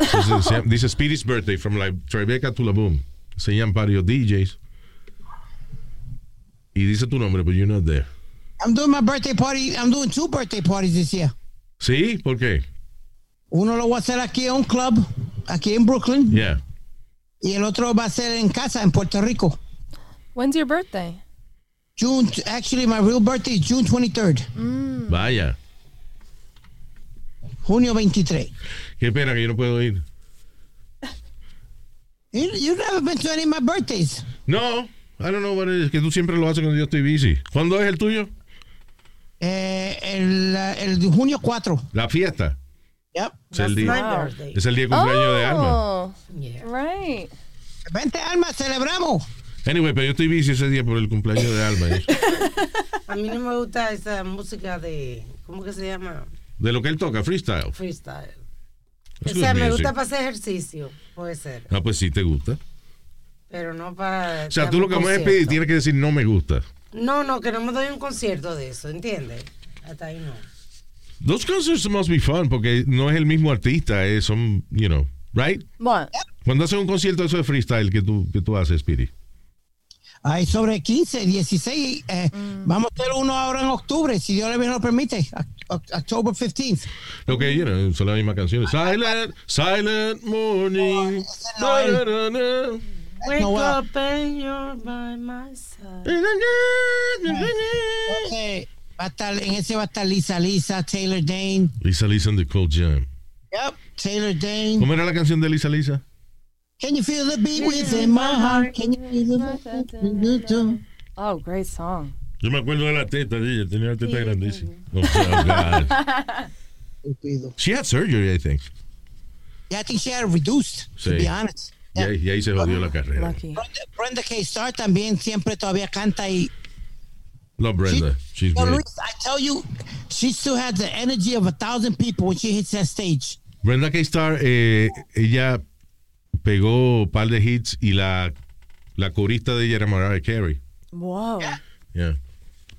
D: Entonces, se- dice Speedy's birthday from like, Tribeca to La Boom. Enseñan varios DJs. Y dice tu nombre, but you're not there.
G: I'm doing my birthday party. I'm doing two birthday parties this year.
D: ¿Sí? ¿Por qué?
G: Uno lo voy a hacer aquí en un club, aquí en Brooklyn.
D: Yeah.
G: Y el otro va a ser en casa, en Puerto Rico.
F: When's your birthday?
G: June, actually, my real birthday is June 23rd,
D: Vaya.
G: junio 23.
D: Qué pena que yo no puedo ir.
G: You, you've never been to any of my birthdays.
D: No, I don't know what it is, que tú siempre lo haces cuando yo estoy busy. ¿Cuándo es el tuyo?
G: Eh, el, eh, el de junio 4.
D: La fiesta.
G: Yep.
D: Es el día,
G: That's my birthday.
D: es el día de cumpleaños de Alma.
F: Oh, right.
G: Vente, Alma, celebramos.
D: Anyway, pero yo estoy busy ese día por el cumpleaños de Alma. ¿eh?
E: A mí no me gusta esa música de. ¿Cómo que se llama?
D: De lo que él toca, freestyle.
E: Freestyle.
D: That's
E: o sea,
D: good
E: me
D: music.
E: gusta para hacer ejercicio, puede ser.
D: Ah, pues sí, te gusta.
E: Pero no para.
D: O sea, tú lo que me pides tienes que decir no me gusta.
E: No, no, que no me doy un concierto de eso, ¿entiendes? Hasta ahí no.
D: Those concerts must be fun porque no es el mismo artista, eh, son, you know, right?
F: What?
D: Cuando haces un concierto eso de freestyle que tú, que tú haces, Piri.
G: Hay sobre 15, 16. eh, Vamos a hacer uno ahora en octubre, si Dios le lo permite. O- o- October 15th.
D: Lo que, you know, son las mismas canciones. Silent, silent morning.
G: no es.
D: Da, da, da, da.
E: Wake
G: No, wow.
E: up and you're by my side.
G: Entonces, va a estar, en ese va a estar Lisa Lisa, Taylor Dane.
D: Lisa Lisa and the Cold Jam.
G: Yep. Taylor Dane.
D: ¿Cómo era la canción de Lisa Lisa?
G: Can you feel the beat within my heart? Can you feel the beat?
F: Oh, great song.
H: Yo me acuerdo de la teta de ella, tenía la teta grandísima.
D: Oh, God.
G: Estúpido.
D: She had surgery, I think.
G: Yeah, I think she had reduced,
D: Sí.
G: to be honest.
D: Y ahí, y ahí se jodió la carrera.
G: Brenda, Brenda K. Starr también siempre todavía canta y
D: Love Brenda. She's
G: Yo,
D: great.
G: Luis, I tell you, she still has the energy of a thousand people when she hits that stage.
D: Brenda K. Starr, eh, ella pegó un par de hits y la, la corista de ella era Mariah Carey.
F: Whoa.
D: Yeah.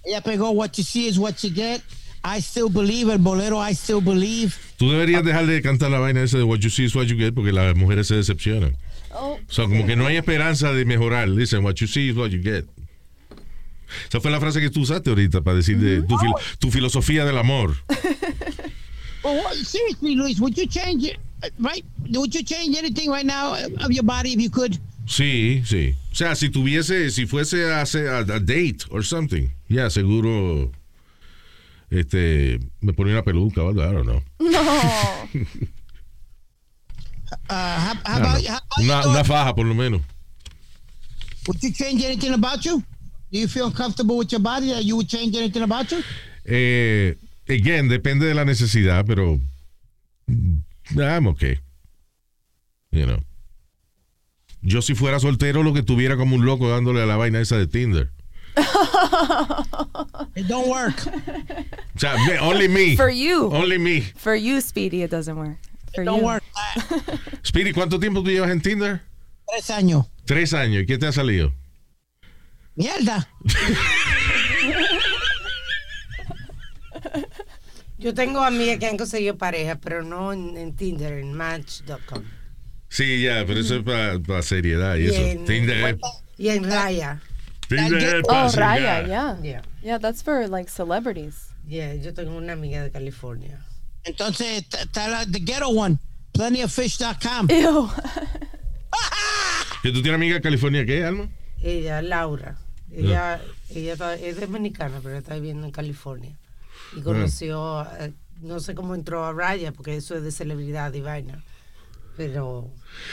G: Ella pegó What You See Is What You Get. I Still Believe, el bolero I Still Believe.
D: Tú deberías dejar de cantar la vaina esa de What You See is What You Get porque las mujeres se decepcionan.
G: Oh.
D: O sea, como que no hay esperanza de mejorar. Dicen, What You See is What You Get. Esa fue la frase que tú usaste ahorita para decir de tu, fil- tu filosofía del amor.
G: Well, what, seriously, Luis, would you change it? uh, Right? Would you change anything right now uh, of your body if you could?
D: Sí, sí. O sea, si tuviese, si fuese a, hacer- a- a date or something, ya seguro este, me ponía una peluca o algo, I don't know.
G: No. uh, how, how about, how,
D: Una, una faja por lo menos.
G: would you change anything about you? Do you feel comfortable with your body that you would change anything about you?
D: Eh, again, depende de la necesidad, pero mm, I'm okay. You know. Yo si fuera soltero lo que tuviera como un loco dándole a la vaina esa de Tinder.
G: It don't work.
D: O sea, me- only me.
F: For you.
D: Only me.
F: For you, Speedy, it doesn't work. For
G: don't
F: you.
G: work.
D: Spirit, ¿cuánto tiempo tú llevas en Tinder?
G: Tres años.
D: Tres años. ¿Y qué te ha salido?
G: Mierda.
E: Yo tengo amigas que han conseguido pareja, pero no en, en Tinder, en Match.com.
D: Sí, ya, pero eso es para seriedad y eso.
E: Bien.
D: Tinder es,
E: Y en Raya.
D: Tinder es pa'
F: Oh,
D: singar.
F: Raya, yeah. yeah. that's for like celebrities.
E: Yeah, yo tengo una amiga de California.
G: Entonces, t- está la- the ghetto one, plentyoffish.com.
F: Ew.
D: ¿Que tú tienes amiga de California qué, Alma?
E: Ella, Laura. Ella,
D: Ah.
E: ella está- es dominicana, pero está viviendo en California. Y
D: Ah.
E: conoció, eh, no sé cómo entró a Raya, porque eso es de celebridad y vaina. Pero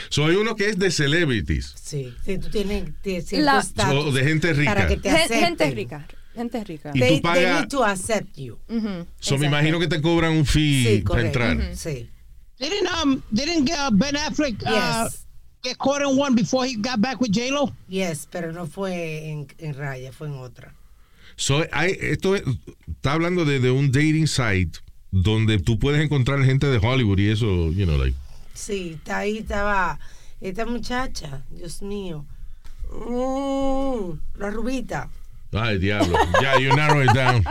D: Soy uno que es de celebrities.
E: sí, si tú tienes tie- cierto
F: La-
E: estatus
D: So, de gente rica.
E: Para que te
F: Gen-
E: acepten.
F: gente rica. Gente rica.
D: Y tú
E: They, they
D: pagas-
E: need to accept you.
D: So, me imagino que te cobran un fee
E: Sí,
D: para
E: correcto.
D: entrar.
E: Sí.
G: Didn't um didn't uh, Ben Affleck
F: Ah,
G: uh,
E: Yes.
G: get caught in one before he got back with J Lo?
E: Yes, pero no fue en, en Raya, fue en otra.
D: So, hay- esto es- está hablando de, de un dating site donde tú puedes encontrar gente de Hollywood y eso, you know, like.
E: Sí, está ahí estaba esta muchacha, Dios mío. Mm, la rubita.
D: Ay,
E: [laughs]
D: diablo. Ya, you narrow it down.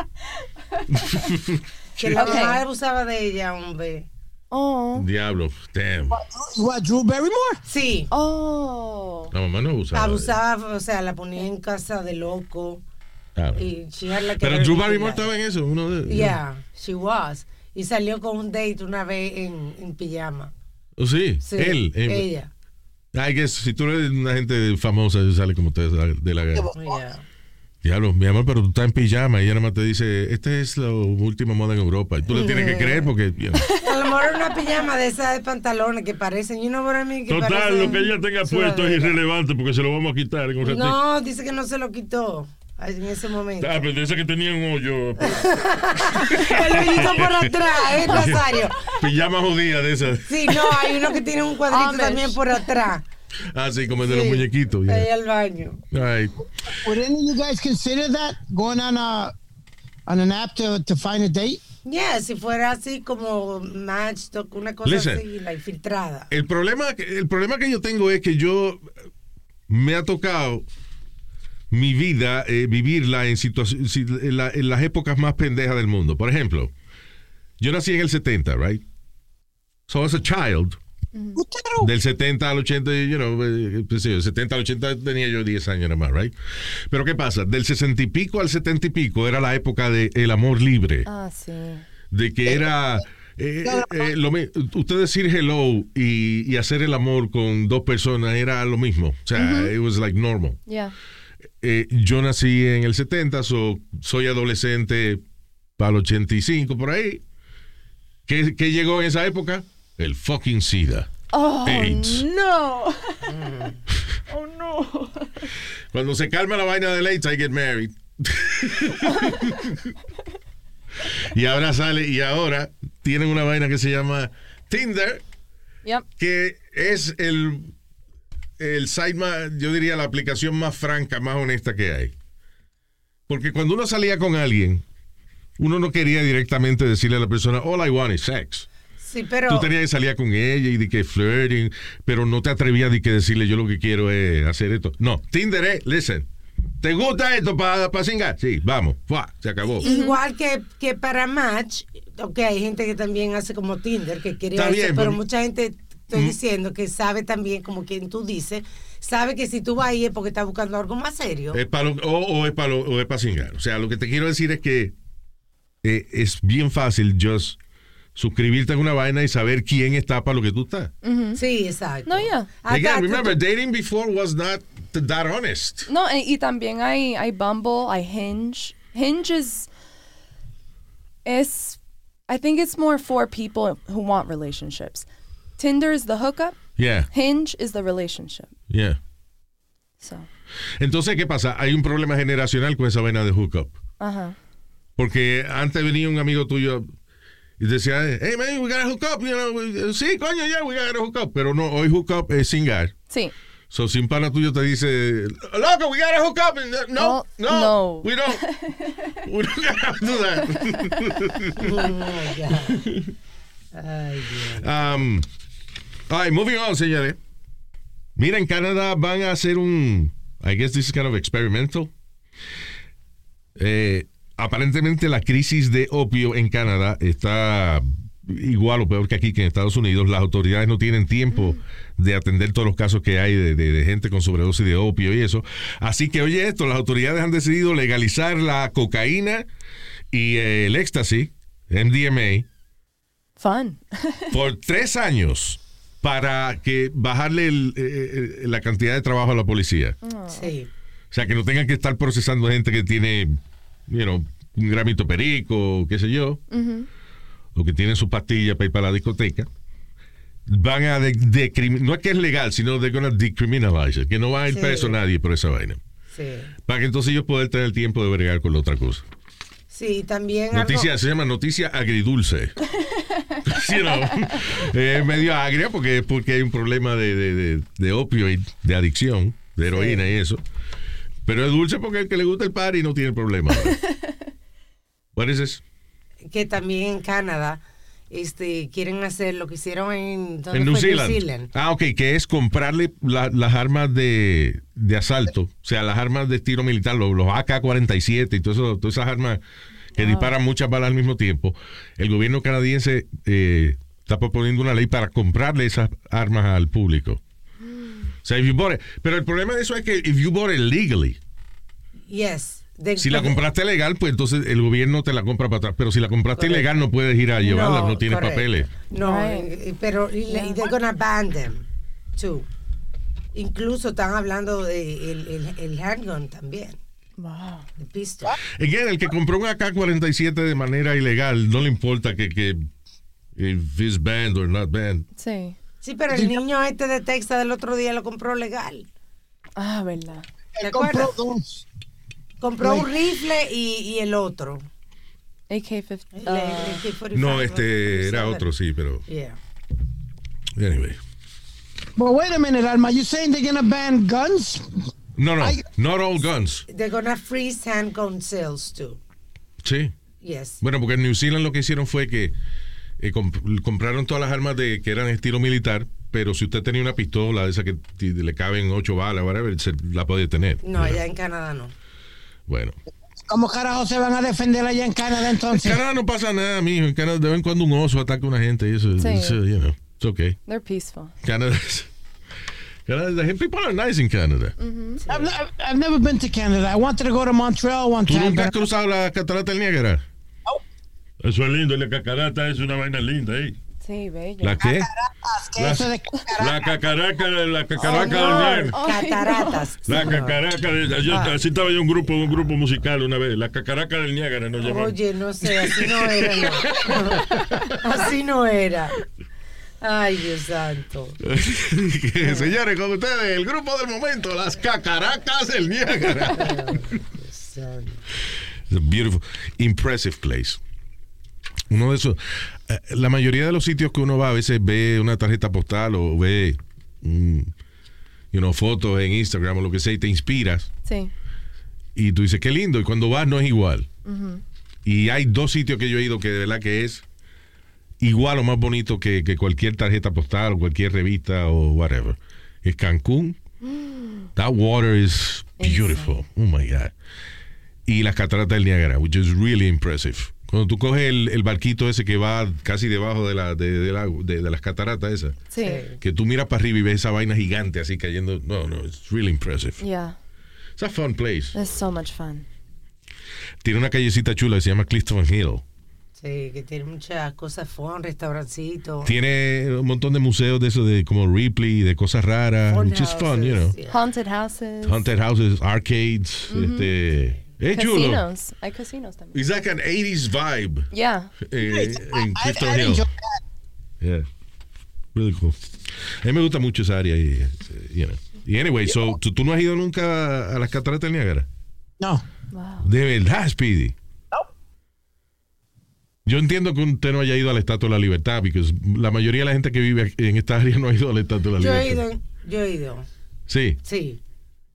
E: Que la
F: Ok.
E: mamá abusaba de ella, hombre.
F: Oh.
D: diablo, damn.
G: What Drew Barrymore?
E: Sí,
F: Oh.
D: La mamá no abusaba. de-
E: abusaba, o sea, la ponía en casa de loco.
D: Ah,
E: Y she had like a
D: Pero
E: very
D: Drew
E: big
D: Barrymore
E: life.
D: estaba en eso. Uno de,
E: Yeah, she was. Y salió con un date una vez en, en pijama.
D: Oh, sí,
E: Sí,
D: él. eh,
E: Ella.
D: I guess, si tú eres una gente famosa, sale como ustedes de la guerra.
E: Yeah.
D: Diablo, mi amor, pero tú estás en pijama y ella nada más te dice, esta es la última moda en Europa. Y tú le tienes que creer porque... you know.
E: A lo mejor era una pijama de esas de pantalones que parecen, you know what I mean, que
H: Total,
E: parecen
H: lo que ella tenga puesto es
E: sudaderas.
H: irrelevante porque se lo vamos a quitar en un ratito.
E: No, dice que no se lo quitó en ese momento. [laughs]
H: Ah, pero de esa que tenía un hoyo.
E: El hoyito por atrás, ¿eh, Nazario?
D: Pijama judía de esas.
E: Sí, no, hay uno que tiene un cuadrito
F: Amish.
E: también por atrás.
H: Ah,
D: Así como el de los muñequitos.
E: Ahí
D: yeah.
E: al baño.
D: Ay,
G: Would any of you guys consider that going on a on an app to, to find a date?
E: Yeah, si fuera así como match, toc- una cosa
D: Listen.
E: así, la infiltrada.
D: El problema, el problema que yo tengo es que yo me ha tocado mi vida eh, vivirla en, situaci- si- en la- en las épocas más pendejas del mundo. Por ejemplo, yo nací en el 70, right? So as a child, del 70 al 80, you know, eh, qué sé yo, del 70 al 80 tenía yo 10 años nada más, right? Pero ¿qué pasa? Del 60 y pico al 70 y pico era la época del amor libre
F: Ah, sí.
D: de que era eh, eh, lo mi- usted decir hello y, y hacer el amor con dos personas era lo mismo, o sea, it was like normal.
F: Yeah.
D: Eh, yo nací en el 70, so- soy adolescente para el 85 por ahí. ¿Qué, qué llegó en esa época? El fucking SIDA.
F: Oh,
D: AIDS.
F: no. oh, no.
D: Cuando se calma la vaina del AIDS, I get
F: [laughs]
D: married. [laughs] y ahora sale y ahora tienen una vaina que se llama Tinder.
F: [laughs] Yep.
D: que es el, el site más, yo diría la aplicación más franca, más honesta que hay. Porque cuando uno salía con alguien, uno no quería directamente decirle a la persona, all I want is sex.
E: Sí, pero.
D: Tú tenías que salir con ella y de que flirting, pero no te atrevías de que decirle yo lo que quiero es hacer esto. No, Tinder es, listen, ¿Te gusta esto para pa cingar? Sí, vamos. Fua, se acabó.
E: Igual que, que para Match, ok, hay gente que también hace como Tinder, que quiere
D: Está
E: eso,
D: bien,
E: pero
D: pero-
E: mucha gente, estoy
D: Mm.
E: diciendo, que sabe también, como quien tú dices, sabe que si tú vas ahí es porque estás buscando algo más serio.
D: Es pa lo- o, o es para o es pa cingar. O sea, lo que te quiero decir es que eh, es bien fácil just suscribirte a una vaina y saber quién está para lo que tú estás.
E: Sí, exacto. No, ya.
D: Again, remember, dating before was not th- that honest.
F: No, y, y también hay, hay Bumble, hay Hinge. Hinge is, es, I think it's more for people who want relationships. Tinder is the hookup.
D: Yeah.
F: Hinge is the relationship.
D: Yeah.
F: So,
D: Entonces, ¿qué pasa? Hay un problema generacional con esa vaina de hookup.
F: ajá.
D: Porque antes venía un amigo tuyo y decía, hey man, we gotta hook up, you know, we- sí, coño, yeah, we gotta hook up. Pero no, hoy hook up es singar.
F: Sí.
D: So, si un pana tuyo te dice, loco, we gotta hook up, and no, no, no, we don't, we don't gotta do that. Um, all right, moving on, señores. Mira, en Canadá van a hacer un. I guess this is kind of experimental. Eh, aparentemente, la crisis de opio en Canadá está igual o peor que aquí, que en Estados Unidos. Las autoridades no tienen tiempo de atender todos los casos que hay de, de- de gente con sobredosis de opio y eso. Así que, oye, esto, las autoridades han decidido legalizar la cocaína y eh, el éxtasis, MDMA
F: Fun. [laughs]
D: por tres años para que bajarle el, eh, eh, la cantidad de trabajo a la policía.
E: Sí.
D: O sea, que no tengan que estar procesando gente que tiene, you know, un gramito perico, qué sé yo, o que tiene su pastilla para ir para la discoteca. Van a de- decrimi- no es que es legal, sino they're gonna decriminalize it, que no va a ir
E: Sí.
D: preso nadie por esa vaina.
E: Sí.
D: Para que entonces ellos puedan tener tiempo de bregar con la otra cosa.
E: Sí, también algo-
D: Noticia, se llama noticia
E: [laughs]
D: agridulce. you know, eh, medio agria porque, porque hay un problema de, de, de, de opioid, de adicción, de heroína y eso. Pero es dulce porque el que le gusta el party no tiene
E: [laughs]
D: problema. What is this?
E: que también en Canadá este, quieren hacer lo que hicieron en, ¿dónde
D: En New
E: fue?
D: Zealand. Ah, ok, que es comprarle la- las armas de, de asalto, o sea, las armas de estilo militar, los, los AK-47 y todo eso- todas esas armas que disparan muchas balas al mismo tiempo. El gobierno canadiense eh, está proponiendo una ley para comprarle esas armas al público. O sea, if you bought it- pero el problema de eso es que if you bought it legally,
E: Yes. De-
D: si la compraste legal, pues entonces el gobierno te la compra para atrás. Pero si la compraste
E: Correcto.
D: ilegal, no puedes ir a llevarla, no,
E: No,
D: tienes
E: correcto.
D: papeles.
E: No, eh, pero y le- y they're gonna ban them too. Incluso están hablando de el, el- el handgun también.
F: Wow.
E: The pistol.
D: Again, el que compró un AK-47 de manera ilegal, no le importa que, que if it's banned or not banned.
F: Sí.
E: Sí, pero el niño este de Texas del otro día lo compró legal.
F: Ah, verdad.
E: ¿Te
G: compró
E: acuerdas? Compró un rifle y, y el otro.
F: AK-50.
E: El-
F: Ah.
E: el AK-45.
D: No, este era otro, sí, pero
E: Yeah.
D: anyway.
G: But wait a minute, Alma. You saying they're gonna ban guns?
D: No, no, not all guns.
E: They're gonna freeze handgun sales too.
D: Sí.
E: Yes.
D: Bueno, porque en New Zealand lo que hicieron fue que eh, comp- compraron todas las armas de que eran estilo militar, pero si usted tenía una pistola de esa que ti- le caben ocho balas, whatever, se la podía tener.
E: No, allá en Canadá no.
D: Bueno.
G: ¿Cómo carajo se van a defender allá en Canadá
D: En
G: entonces?
D: Canadá no pasa nada, mijo. En Canadá de vez en cuando un oso ataca a una gente y eso,
F: Sí.
D: eso, you know, it's okay.
F: They're peaceful.
D: Canada. is- Canada, the people are nice in Canada.
G: Mm. I've, ne- I've never been to Canada. I wanted to go to Montreal one
D: ¿Tú
G: time.
D: nunca
G: but-
D: has cruzado la catarata del Niágara?
H: Oh. Eso es lindo, y la cacarata es una vaina linda ahí.
F: Sí, bello.
D: ¿La qué?
G: ¿Qué es eso de Oh,
H: La cacaraca, la cacaraca del Niágara.
E: Cataratas.
H: La
E: señor.
H: cacaraca del yo-
E: Ah.
H: Así estaba yo en un grupo, un grupo musical una vez. La cacaraca del Niágara nos llamó.
E: Oye, no sé, así no era.
D: [laughs]
E: no. así no era. Ay, Dios santo.
D: [laughs] Señores, con ustedes, el grupo del momento, las cacaracas del Niágara. It's a beautiful, impressive place. Uno de esos. eh, La mayoría de los sitios que uno va a veces ve una tarjeta postal o ve mm, you know, fotos en Instagram o lo que sea y te inspiras.
F: Sí.
D: Y tú dices, qué lindo. Y cuando vas no es igual.
F: Ujú.
D: Y hay dos sitios que yo he ido que de verdad que es igual o más bonito que, que cualquier tarjeta postal o cualquier revista o whatever. Es Cancún That water is beautiful. Oh my God. Y las cataratas del Niágara, which is really impressive. Cuando tú coges el, el barquito ese que va casi debajo de, la, de, de la- de- de las cataratas esas,
F: Sí.
D: que tú miras para arriba y ves esa vaina gigante así cayendo. No, no, it's really impressive.
F: Yeah.
D: It's a fun place.
F: It's so much fun.
D: Tiene una callecita chula que se llama Clifton Hill.
E: Sí, que tiene muchas cosas fun, restaurancitos.
D: Tiene un montón de museos de eso, de como Ripley, de cosas raras.
E: Fun
D: which is fun, you know.
E: houses, yeah.
F: Haunted houses.
D: Haunted houses, arcades,
F: Ujú.
D: este. Es chulo.
F: casinos. Hay casinos también.
D: It's like an 80s vibe
F: Yeah.
D: eh, en Clifton
F: I'd
D: Hill.
F: enjoy
D: Yeah. Really cool. A mí me gusta mucho esa área. Y, eh, you know. Y anyway, so, ¿tú, tú no has ido nunca a las cataratas del Niágara?
G: No.
D: De verdad, Speedy. Yo entiendo que usted no haya ido a la Estatua de la Libertad, porque la mayoría de la gente que vive en esta área no ha ido a la Estatua de la
E: Yo he
D: Libertad.
E: ido, yo he ido,
D: Sí.
E: sí.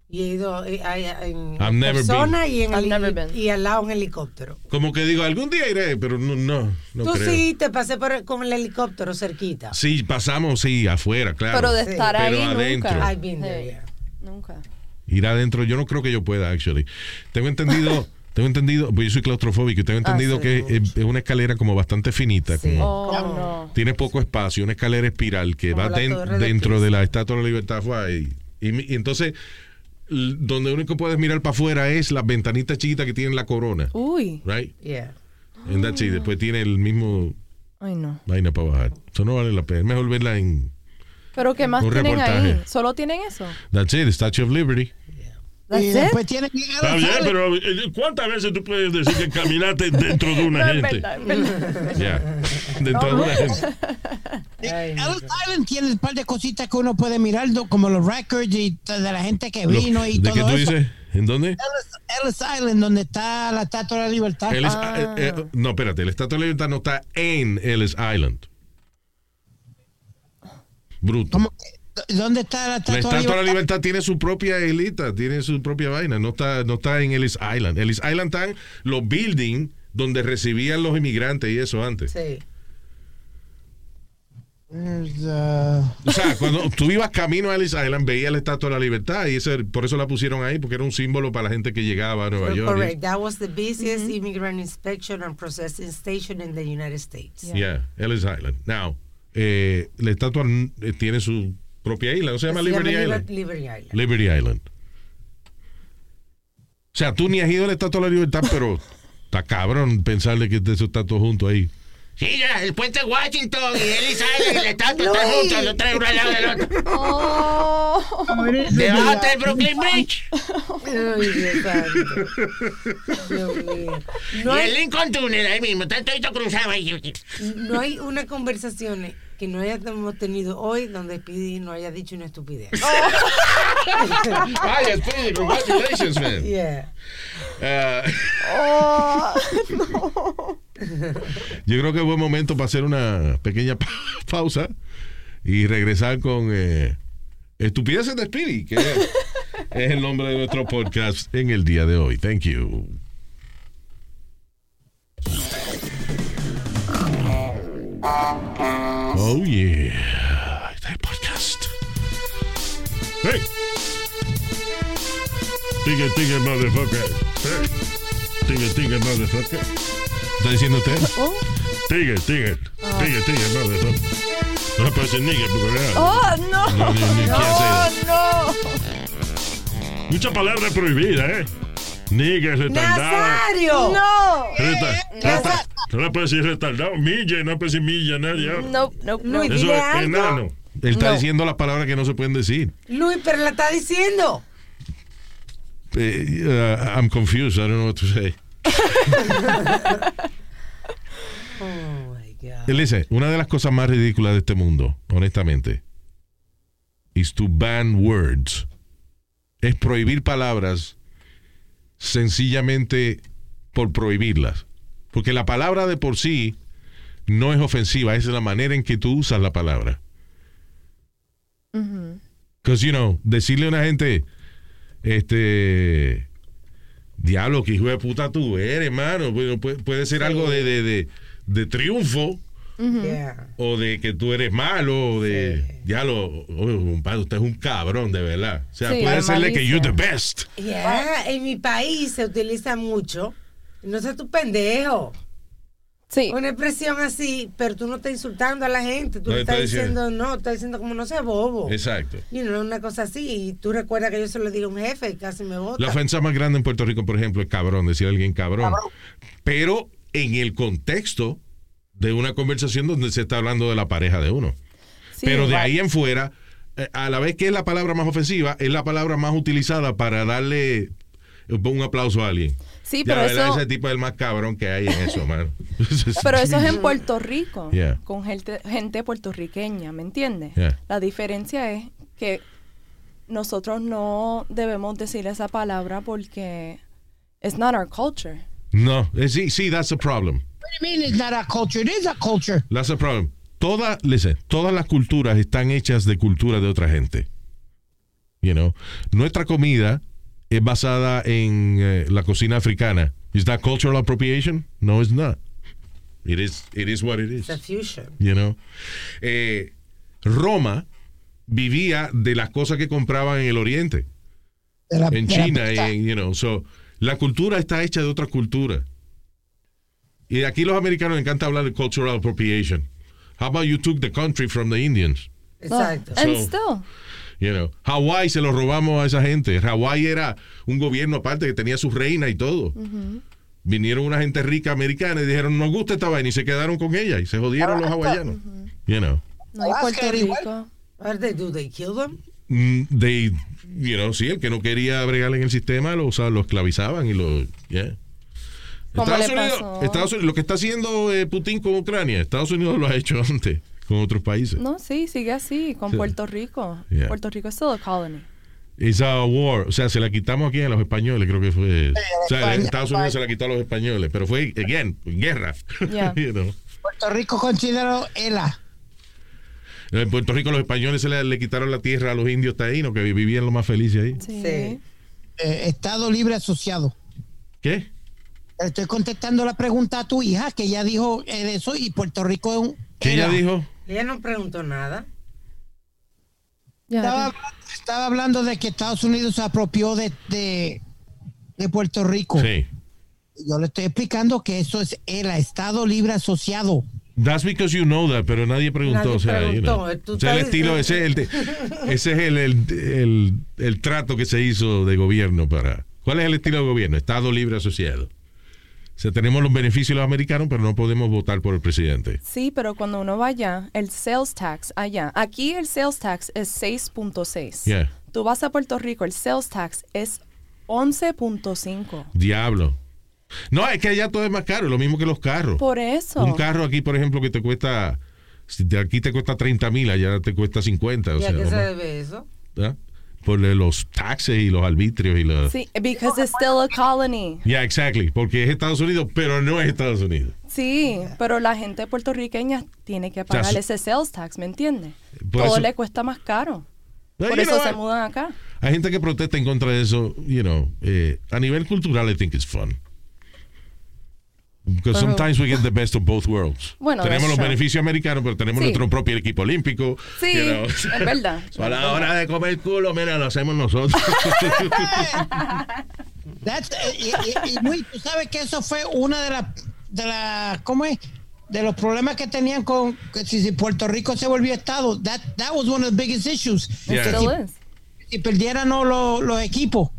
E: Y he ido eh, a- a- en
D: I've never
E: persona
D: been.
E: y, en heli- y al lado en helicóptero.
D: Como que digo, algún día iré, pero no, no, no
E: Tú
D: creo.
E: sí te pasé por, con el helicóptero cerquita.
D: Sí, pasamos, sí, afuera, claro. Pero adentro.
E: I've been there, yeah.
F: Nunca.
D: Ir adentro, yo no creo que yo pueda, actually. Tengo
E: [laughs]
D: entendido, tengo entendido, pues yo soy claustrofóbico y tengo
E: Ah,
D: entendido
F: sí,
D: que es, es una escalera como bastante finita, como
F: Oh, no.
D: tiene poco espacio, una escalera espiral que
F: Como
D: va
F: la
D: den-
F: Torre de
D: dentro de la Estatua de la Libertad. fue ahí. Y, mi- y entonces, l- donde único puedes mirar para afuera es las ventanitas chiquitas que tienen la corona.
F: Uy.
D: Right?
E: Yeah.
D: And that's it. Después tiene el mismo
F: Ay, no.
D: vaina para bajar. Eso no vale la pena. Es mejor verla en
F: Pero ¿qué más
D: Un
F: tienen ahí?
D: reportaje.
F: ¿Solo tienen eso?
D: That's it, Statue of Liberty.
F: That's
G: Y
F: it?
G: después tiene que llegar
H: Está
G: al
H: bien,
G: sale.
H: pero eh, ¿cuántas veces tú puedes decir que caminaste dentro de
F: [laughs] No,
H: una
F: es
H: gente?
F: verdad, es [laughs] verdad.
H: Ya. Dentro de una gente.
G: Eh, Ellis Island tiene un par de cositas que uno puede mirar, do- como los records y t- de la gente que
D: Lo-
G: vino y
D: ¿De
G: todo
D: qué tú
G: eso.
D: dices? ¿En dónde?
G: Ellis, Ellis Island, donde está la Estatua de la Libertad.
D: Ellis- eh, eh, no, espérate, el Estatua de la Libertad no está en Ellis Island. Bruto.
G: ¿Dónde está la
D: La
G: Estatua de
D: Estatua de la
G: la Libertad?
D: Libertad tiene su propia islita, tiene su propia vaina, no está, no está en Ellis Island. Ellis Island están los buildings donde recibían los inmigrantes y eso antes.
E: Sí.
G: uh,
D: O sea, cuando tú ibas camino a Ellis Island, veías la Estatua de la Libertad y ese, por eso la pusieron ahí, porque era un símbolo para la gente que llegaba a Nueva York. y
E: Correct. That was the busiest immigrant inspection and processing station in the United States.
D: Yeah, Ellis Island. Now, eh, la estatua eh, tiene su propia isla, ¿no se llama
E: Se
D: Liberty
E: llama
D: Island?
E: Liber- Liberty Island.
D: Liberty Island. O sea, tú ni has ido a la estatua de la libertad, pero está cabrón pensarle que eso está todo junto ahí.
K: Sí, ya, el puente de Washington y Ellis Island y la estatua
E: Luis.
K: están juntos, los tres uno al lado del otro.
F: Oh,
E: Ay,
K: Debajo del Brooklyn Bridge
E: Dios
D: [laughs]
E: santo. Dios mío. No
K: y
E: hay-
K: el Lincoln Tunnel ahí mismo, está todo cruzado ahí.
E: No hay una conversación que no hayamos tenido hoy donde Speedy no haya dicho una estupidez.
D: Oh. Vaya, Speedy, congratulations, man.
E: Yeah.
D: Ah, yo creo que es buen momento para hacer una pequeña [laughs] pa- pausa y regresar con eh, Estupideces de Speedy, que es es el nombre de nuestro podcast en el día de hoy. Thank you. Oh, yeah. Este podcast.
H: Hey. Tigre, tigre, motherfucker. Hey. Tigre, tigre, motherfucker.
D: ¿Está diciendo usted?
H: Tigre, tigre. Tigre, tigre, motherfucker. No puede ser nigga porque ¿verdad?
F: Oh, no.
H: No, you- you can't say that.
F: no.
H: Mucha palabra prohibida, ¿eh? Nigga, retardado.
E: ¡Nazario!
F: No.
D: ¿Eh?
H: Reta- reta- No puede decir retardado. Milla, no puede decir milla, nadie. ¿eh?
F: Nope, nope, nope.
H: Eso es enano.
D: Él está
H: No.
D: diciendo las palabras que no se pueden decir.
E: Luis, pero la está diciendo.
D: Eh, uh, I'm confused. I don't know what to say. Él dice, una de las cosas más ridículas de este mundo, honestamente, is to ban words. Es prohibir palabras sencillamente por prohibirlas. Porque la palabra de por sí no es ofensiva, es la manera en que tú usas la palabra.
F: Ujú.
D: Because, you know, decirle a una gente, este, diablo, que hijo de puta tú eres, hermano. Bueno, puede, puede ser algo de, de- de- de triunfo o de que tú eres malo, o de. Ya lo. Oye, compadre, usted es un cabrón, de verdad. O sea,
E: Sí,
D: puede
E: es
D: serle que
E: malísimo.
D: you're the best.
E: Yeah, En mi país se utiliza mucho. No seas tu pendejo.
F: Sí.
E: Una expresión así, pero tú no estás insultando a la gente. Tú
D: No
E: le
D: está
E: estás
D: diciendo-
E: diciendo, no, estás diciendo como no seas bobo.
D: Exacto.
E: You know, una cosa así. Y tú recuerdas que yo se lo dije a un jefe y casi me vota.
D: La ofensa más grande en Puerto Rico, por ejemplo, es cabrón, decir a alguien cabrón. Pero en el contexto de una conversación donde se está hablando de la pareja de uno.
F: Sí,
D: Pero de
F: igual.
D: ahí en fuera, eh, a la vez que es la palabra más ofensiva, es la palabra más utilizada para darle eh, un aplauso a alguien.
F: Sí,
D: Y la
F: pero
D: verdad,
F: eso-
D: ese tipo es el más cabrón que hay en
F: [laughs]
D: eso, mano.
F: Pero eso es en Puerto Rico,
D: Yeah.
F: con gente, gente puertorriqueña, ¿me entiendes?
D: Yeah.
F: La diferencia es que nosotros no debemos decir esa palabra porque it's not our culture.
D: No, eh, sí, sí, that's a problem.
G: What do you mean it's not a culture? It is a culture.
D: That's a problem. Toda- listen, todas las culturas están hechas de cultura de otra gente. You know? Nuestra comida es basada en eh, la cocina africana. Is that cultural appropriation? No, it's not. It is, it is what it is.
E: It's a fusion.
D: You know? Eh, Roma vivía de las cosas que compraban en el Oriente,
L: de
D: en
L: la
D: China,
L: pesca.
D: en, you know, so, la cultura está hecha de otra cultura. Y aquí los americanos les encanta hablar de cultural appropriation. How about you took the country from the Indians?
E: Exacto.
D: And So-
F: still.
D: You know, Hawái se lo robamos a esa gente. Hawái era un gobierno aparte que tenía su reina y todo. Vinieron una gente rica americana y dijeron, nos gusta esta vaina y se quedaron con ella y se jodieron los hawaianos. You know.
F: No hay Puerto Rico.
E: What they do? They kill them?
D: Mm, they, you know, sí, el que no quería bregar en el sistema lo, usaban- lo esclavizaban y lo. yeah.
F: ¿Cómo
D: Estados,
F: le
D: Unidos,
F: pasó?
D: Estados Unidos- lo que está haciendo eh, Putin con Ucrania, Estados Unidos lo ha hecho [laughs] antes con otros países.
F: No, sí, sigue así, con
D: Sí.
F: Puerto Rico.
D: Yeah.
F: Puerto Rico es still a colony.
D: It's a war, o sea, se la quitamos aquí a los españoles, creo que fue. O sea,
G: España-
D: Estados Unidos se la quitó a los españoles, pero fue, again, guerra. [laughs]
G: Yeah.
D: You know.
G: Puerto Rico eh, considerado ELA.
D: En Puerto Rico los españoles se le, le quitaron la tierra a los indios taínos que vivían lo más felices ahí.
G: Eh, Estado Libre Asociado.
D: ¿Qué?
G: Estoy contestando la pregunta a tu hija, que ya dijo eh, de eso, y Puerto Rico es un.
D: ¿Qué ella
G: ELA.
D: dijo?
E: Ella no preguntó nada.
G: Estaba, estaba hablando de que Estados Unidos se apropió de, de, de Puerto Rico.
D: Sí.
G: Yo le estoy explicando que eso es el Estado Libre Asociado.
D: That's because you know that, pero nadie preguntó.
G: Nadie
D: o sea, you know.
G: preguntó, tú
D: O sea, el
G: estás
D: estilo, ese es, el, ese es el, el, el- el trato que se hizo de gobierno para. ¿Cuál es el estilo de gobierno? Estado libre asociado. O sea, tenemos los beneficios de los americanos, pero no podemos votar por el presidente.
F: Sí, pero cuando uno va allá, el sales tax allá, aquí el sales tax es 6.6.
D: Yeah.
F: Tú vas a Puerto Rico, el sales tax es 11.5.
D: Diablo. No, es que allá todo es más caro, lo mismo que los carros.
F: Por eso.
D: Un carro aquí, por ejemplo, que te cuesta. si de Aquí te cuesta 30 mil, allá te cuesta 50. O
E: ¿Y
D: sea,
E: a qué
D: o
E: se
D: más,
E: debe eso?
D: ¿ah? Por los taxes y los arbitrios y los.
F: Sí, because it's still a colony.
D: Yeah, exactly. Porque es Estados Unidos, pero no es Estados Unidos.
F: Sí, pero la gente puertorriqueña tiene que pagar
D: so-
F: ese sales tax, ¿me entiendes?
D: Por
F: Todo
D: eso-
F: le cuesta más caro.
D: No,
F: Por
D: you
F: eso
D: know
F: se
D: what?
F: mudan acá.
D: Hay gente que protesta en contra de eso, you know. eh, a nivel cultural, I think it's fun. Because
F: Pero-
D: sometimes we get the best of both worlds.
F: Bueno,
D: tenemos
F: that's
D: los
F: true.
D: beneficios americanos, pero tenemos
F: Sí.
D: nuestro propio equipo olímpico.
F: Sí,
D: you know.
F: es
D: [laughs]
F: verdad.
D: So, a la hora de comer culo, mira, lo hacemos
F: [laughs]
D: nosotros.
G: That's- eh, y, y- y, Luis, tú sabes que eso fue una de las de las ¿cómo es? de los problemas que tenían con que si, si Puerto Rico se volvió estado. That that was one of the biggest issues.
D: Yeah.
G: Que
D: Still
G: si- si perdieran no, los, los equipos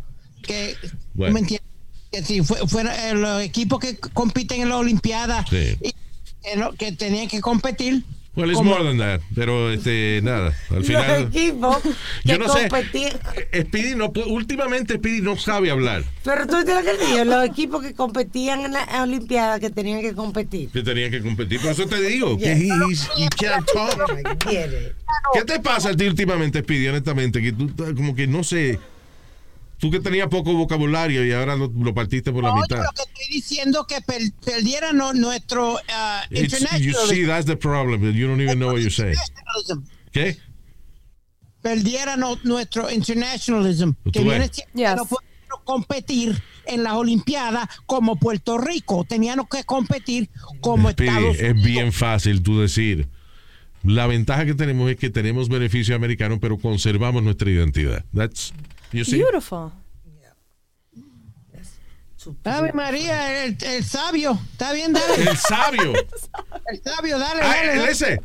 G: que
D: Bueno.
G: ¿me entiendes? Que si fue- fuera eh, los equipos que compiten en las Olimpiadas
D: Sí.
G: y- que, no- que tenían que competir.
D: Well, it's
G: como-
D: more than that. Pero, este, nada. Al final.
E: Los equipos
D: [laughs] Yo
E: que
D: no sé. eh,
E: competían-
D: Speedy no pu- últimamente Speedy no sabe hablar.
E: Pero tú entiendes lo que digo, los equipos que competían en la Olimpiada que tenían que competir.
D: Que tenía que competir. Por eso te digo. Que he's- he can't talk.
G: Oh
D: ¿Qué te pasa a ti últimamente, Speedy, honestamente? Que tú estás como que no sé. Tú que tenías poco vocabulario y ahora lo, lo partiste por la
G: Oye,
D: mitad.
G: lo que estoy diciendo que per- perdieran no- nuestro ah,
D: It's- you
G: internationalism.
D: see, that's the problem. that You don't even know what you're saying. ¿Qué?
G: perdiera no- nuestro internationalism, que
D: ves.
G: viene siendo que no podemos competir en las Olimpiadas como Puerto Rico. Teníamos que competir como
D: Speedy,
G: Estados
D: es bien fácil tú decir. La ventaja que tenemos es que tenemos beneficio americano, pero conservamos nuestra identidad. That's, you see?
F: Beautiful.
G: Ave María, el, el sabio. Está bien, dale.
D: El sabio.
G: El sabio, dale,
D: Ah,
G: dale.
D: el
G: dale.
D: ese.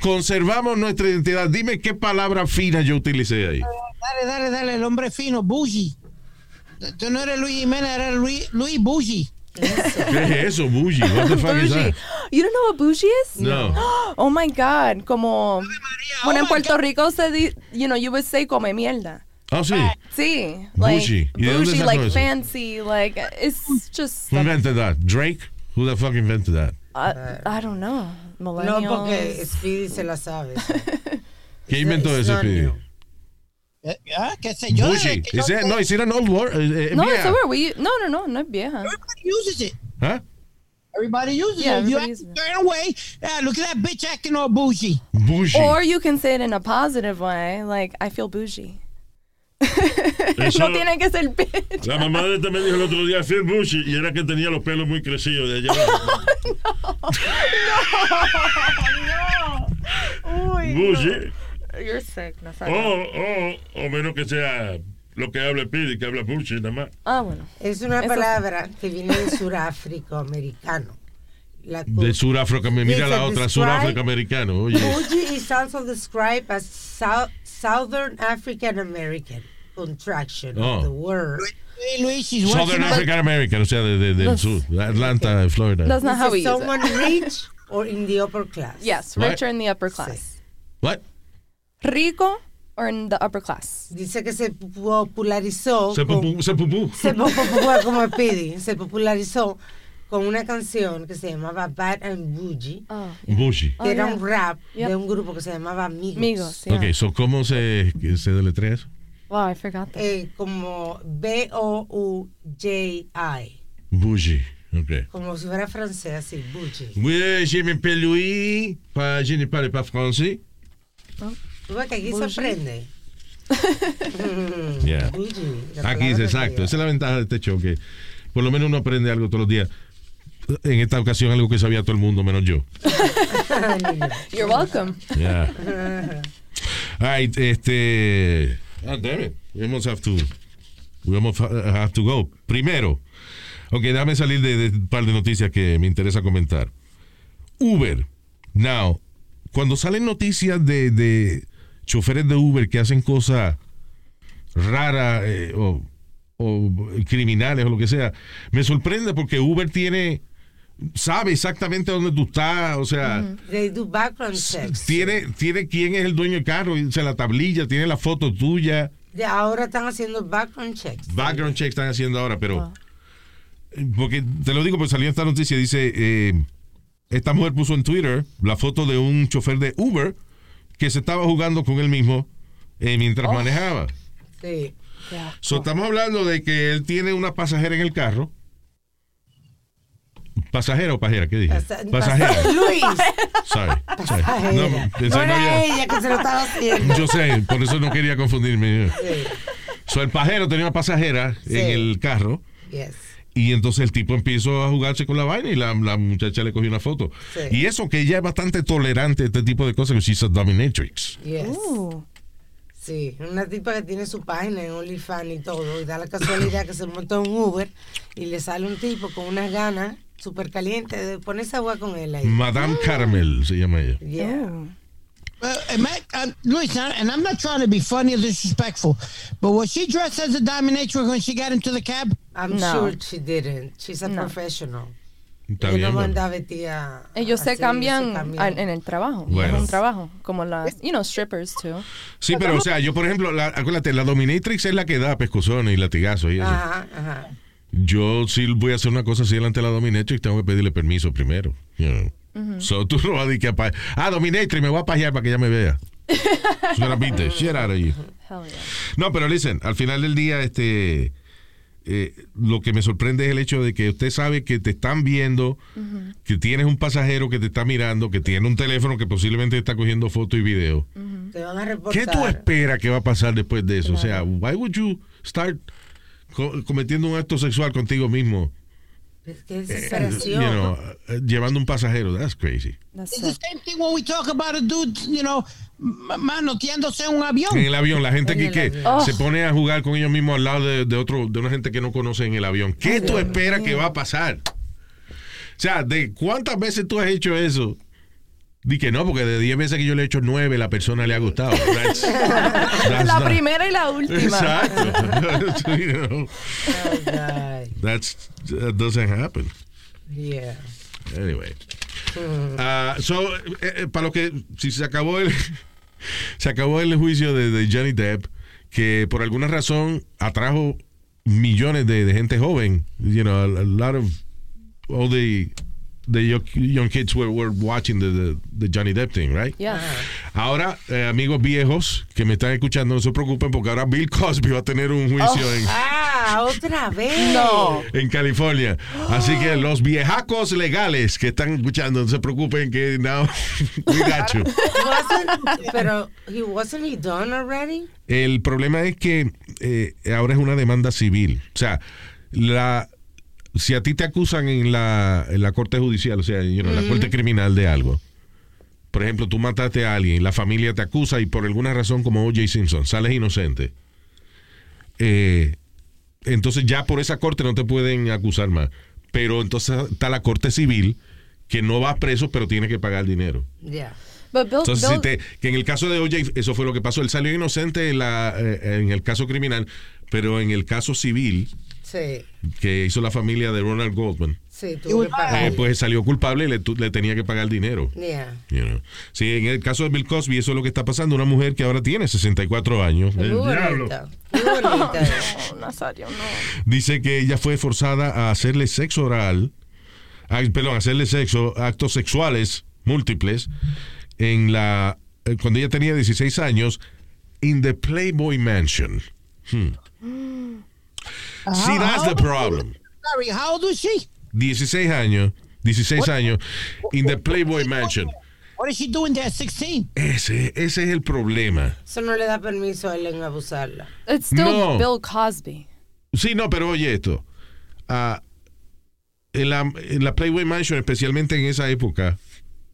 D: Conservamos nuestra identidad. Dime qué palabra fina yo utilicé ahí.
G: Dale, dale, dale, el hombre fino, Bougie. Tú no eres Luis Jiménez, eres Luis, Luis Bougie.
D: ¿Qué es eso, Bougie? What the fuck is that?
F: Bougie. [gasps] You don't know what bougie is?
D: No.
F: [gasps] Oh my God. Como. Bueno,
E: Oh
F: en Puerto Rico se di, you know, you would say come mierda.
D: Ah, sí.
F: Sí. Like,
D: Bougie. ¿Y de dónde
F: bougie,
D: sacó
F: like
D: eso?
F: fancy, like it's just.
D: Who invented that? Drake? Who the fuck invented that?
F: I, I don't know.
E: No,
F: Millennials.
E: porque Speedy se la sabe.
D: ¿Qué inventó
E: it's
D: eso,
E: not
D: Speedy?
E: new.
G: Ah, qué sé yo. desde
D: Bougie.
G: que
D: Is
G: yo-
D: it, no, is it an old word? Eh, eh,
F: No,
D: vieja.
F: it's a word. We, no, no, no, no es vieja.
G: uses it.
D: Huh?
G: Everybody uses
F: Yeah,
G: it. You
F: everybody
G: act a certain way. ah, look at that bitch acting all bougie.
D: Bougie.
F: Or you can say it in a positive way, like I feel bougie. [laughs]
H: Eso-
F: no tiene que ser bitch.
H: La mamá de este me dijo el otro día, Phil Bush, y era que tenía los pelos muy crecidos de allá. abajo.
F: Uy,
H: Bush,
F: [laughs] no.
H: ¿eh?
F: You're sick, Nazario.
H: o, o, Oh, o menos que sea lo que habla Pidi, que habla Bush, nada más.
F: Ah, bueno.
E: Es una
F: Eso-
E: palabra que viene de suráfrico americano. La cu-
D: De Suráfrica. Mira
E: Dice,
D: la otra,
E: describe-
D: Suráfrica americano. Oye.
E: Fuji is also described as Sou- Southern African American contraction
D: Oh.
E: of the word.
G: Hey, Luis, she's
D: Southern
G: working on-
D: African American, o sea, de, de- del
F: That's-
D: sur, Atlanta, Florida.
F: That's not
E: This
F: how
E: is
F: we use it.
E: someone rich or in the upper class.
F: Yes,
D: Right.
F: richer in the upper class.
D: What?
F: Rico or in the upper class.
E: Dice que se popularizó.
D: Se
E: con-
D: pupú, se pupú.
E: se po- po- po- como Speedy, se popularizó con una canción que se llamaba Bad and Bougie,
F: Oh,
D: Bougie.
F: Oh,
E: que era
F: yeah.
E: un rap
F: Yep.
E: de un grupo que se llamaba Amigos.
F: amigos. Yeah.
D: Ok, so, ¿cómo se, se deletrea eso?
F: Wow, I forgot that.
E: Eh, como B-O-U-J-I,
D: Bougie. Ok.
E: como si fuera francés, así, Bougie.
D: Oui, je m'appelle Louis, pa- je ne parle pas français.
E: Tú ves que aquí
F: Bougie.
E: sorprende.
D: Yeah.
E: Bougie, la
D: Aquí
E: palabra
D: dice,
E: que
D: exacto.
E: lleva.
D: Esa es la ventaja de este show, que por lo menos uno aprende algo todos los días. En esta ocasión, algo que sabía todo el mundo, menos yo.
E: Eh,
F: You're welcome.
D: Yeah. All right, este. Ah, damn it. We almost have to. We almost ha- have to go. Primero. Ok, déjame salir de, de un par de noticias que me interesa comentar. Uber. Now, cuando salen noticias de, de choferes de Uber que hacen cosas raras eh, o, o criminales o lo que sea, me sorprende porque Uber tiene. Sabe exactamente dónde tú estás, o sea.
E: They do background checks.
D: Tiene, tiene quién es el dueño del carro, o sea, la tablilla, tiene la foto tuya,
E: De ahora están haciendo background checks.
D: background check están haciendo ahora,
E: Ah.
D: pero... Porque te lo digo, pues salió esta noticia, dice, eh, esta mujer puso en Twitter la foto de un chofer de Uber que se estaba jugando con él mismo eh, mientras
E: Oh.
D: manejaba.
E: Sí. Oh.
D: So, estamos hablando de que él tiene una pasajera en el carro. ¿Pasajera o pajera? ¿Qué dije?
E: Pasa-
D: Pasajera. [laughs]
E: pasa- Luis.
D: Sorry. sorry.
E: Pasajera.
D: No, pensé que
E: No
D: no
E: era
D: había-
E: ella que se lo estaba haciendo.
D: Yo sé, por eso no quería confundirme.
E: Sí.
D: So, el pajero tenía una pasajera
E: Sí.
D: en el carro
E: Yes.
D: y entonces el tipo empezó a jugarse con la vaina y la, la muchacha le cogió una foto.
E: Sí.
D: Y eso que ella es bastante tolerante a este tipo de cosas, que she's a dominatrix.
E: Yes.
F: Ooh.
E: Sí, una tipa que tiene su página en OnlyFans y todo, y da la casualidad que se monta en un Uber y le sale un tipo con unas ganas súper calientes de ponerse agua con él ahí.
D: Madame Carmel se llama ella.
E: Yeah.
F: Ooh.
G: Well, am I- um, Luis, I- and I'm not trying to be funny or disrespectful, but was she dressed as a dominatrix when she got into the cab?
E: I'm
F: No.
E: sure she didn't. She's a professional.
D: Está
E: Ella
D: bien,
E: no
D: bueno.
E: manda vestida.
F: Ellos se
E: así,
F: cambian, a- en
E: cambian.
F: el trabajo.
D: Bueno.
F: Es un trabajo. Como las, you know, strippers too.
D: Sí, pero o sea, yo por ejemplo, la- acuérdate, la dominatrix es la que da pescozones y latigazos y eso.
E: Ajá, ajá.
D: Yo si voy a hacer una cosa así delante de la dominatrix, tengo que pedirle permiso primero. you know. So tú no vas a decir que apa- Ah, dominatrix, me voy a pajear para que ella me vea. Señora Pinte, shit out of you.
F: Hell yeah.
D: No, pero listen, al final del día, este, eh, lo que me sorprende es el hecho de que usted sabe que te están viendo, que tienes un pasajero que te está mirando, que tiene un teléfono que posiblemente está cogiendo fotos y video.
E: Te van a reportar.
D: ¿Qué tú esperas que va a pasar después de eso? O sea, why would you start co- cometiendo un acto sexual contigo mismo,
E: Qué
D: you
E: desesperación.
D: know, eh, llevando un pasajero, that's crazy.
G: It's the same thing when we talk about a dude, you know, ma- manoteándose en un avión.
D: En el avión, la gente
G: Oh. En
D: que,
G: el
D: que
G: avión. Oh.
D: se pone a jugar con ellos mismos al lado de, de otro, de una gente que no conoce en el avión. ¿Qué tú esperas que va a pasar? O sea, ¿de cuántas veces tú has hecho eso? Di que no, porque de 10 veces que yo le he hecho 9, la persona le ha gustado.
G: [laughs]
D: That's- that's
F: la
D: not-
F: primera y la última.
D: Exacto. [laughs] You know,
E: Oh,
D: that's- that doesn't happen.
E: Yeah.
D: Anyway. Ah, so, eh, eh, para lo que si se acabó el [laughs] se acabó el juicio de, de Johnny Depp que por alguna razón atrajo millones de, de gente joven, you know, a, a lot of all the the yo- young kids were, were watching the, the the Johnny Depp thing, right?
F: Yeah.
D: Ahora, eh, amigos viejos que me están escuchando, no se preocupen porque ahora Bill Cosby va a tener un juicio en
E: Ah, otra vez.
F: No.
D: en California. Así que los viejacos legales que están escuchando, no se preocupen que now [laughs] we got you.
E: Wasn't- pero he wasn't he done already?
D: El problema es que eh, ahora es una demanda civil. O sea, la si a ti te acusan en la, en la corte judicial, o sea, you know, la
L: Ujú.
D: corte criminal de algo. Por ejemplo, tú mataste a alguien, la familia te acusa y por alguna razón, como O.J. Simpson, sales inocente. Eh, entonces ya por esa corte no te pueden acusar más. Pero entonces está la corte civil que no va preso, pero tiene que pagar dinero.
E: Yeah.
F: But Bill,
D: Entonces,
F: Bill-
D: si te- que en el caso de OJ, eso fue lo que pasó. Él salió inocente en, la- eh, en el caso criminal, pero en el caso civil
E: Sí,
D: que hizo la familia de Ronald Goldman,
E: sí, tuvo que pagar.
D: eh, pues salió culpable y le, tu- le tenía que pagar dinero.
E: Yeah.
D: you know. Sí, en el caso de Bill Cosby, eso es lo que está pasando. Una mujer que ahora tiene 64 años, el diablo,
F: No, oh, Nazario, no.
D: dice que ella fue forzada a hacerle sexo oral, a- perdón, a hacerle sexo, actos sexuales múltiples, en la eh, cuando ella tenía 16 años, in the Playboy Mansion. Hmm. See, that's the problem.
G: Sorry, how old was she?
D: 16 años, 16 años, in the Playboy Mansion.
G: What is she doing there at 16?
D: Ese, ese es el problema.
E: Eso no le da permiso a él en abusarla.
F: It's
D: No.
F: still Bill Cosby.
D: Sí, no, pero oye esto. Ah, en, la, en la Playboy Mansion, especialmente en esa época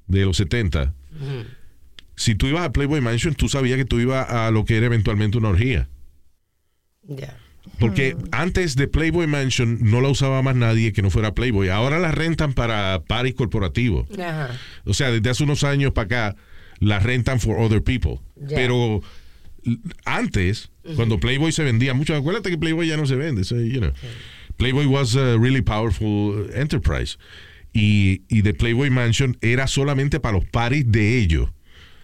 D: de los 70, si tú ibas a Playboy Mansion, tú sabías que tú ibas a lo que era eventualmente una orgía.
E: Yeah.
D: Porque antes de Playboy Mansion no la usaba más nadie que no fuera Playboy. Ahora la rentan para paris corporativos.
E: Ajá.
D: O sea, desde hace unos años para acá la rentan for other people.
E: Ya.
D: Pero l- antes, cuando Playboy se vendía mucho, acuérdate que Playboy ya no se vende. so, you know. Playboy was a really powerful enterprise. Y, y de Playboy Mansion era solamente para los paris de ellos.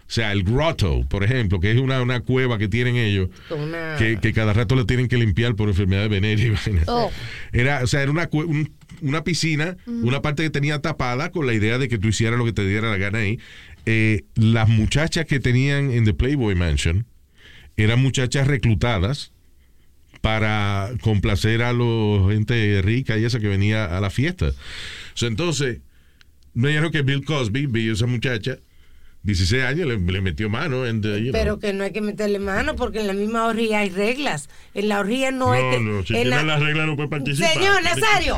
D: O sea, el grotto, por ejemplo, que es una, una cueva que tienen ellos,
E: Con una-
D: que, que cada rato le tienen que limpiar por enfermedades [laughs] venéreas. y vainas.
E: Oh. Mm.
D: Era, o sea, era una, cue- un- una piscina, una parte que tenía tapada con la idea de que tú hicieras lo que te diera la gana ahí. Eh, las muchachas que tenían en The Playboy Mansion eran muchachas reclutadas para complacer a la gente rica y esa que venía a la fiesta. So, entonces, me dijeron que Bill Cosby vio a esa muchacha, 16 años, le, le metió mano. and, uh, you know.
E: Pero que no hay que meterle mano porque en la misma orgía hay reglas. En la orgía no, es
H: No,
E: que.
H: no, si
E: en
H: tiene
E: la-
H: las reglas no puede participar. [laughs]
E: Señor Nazario.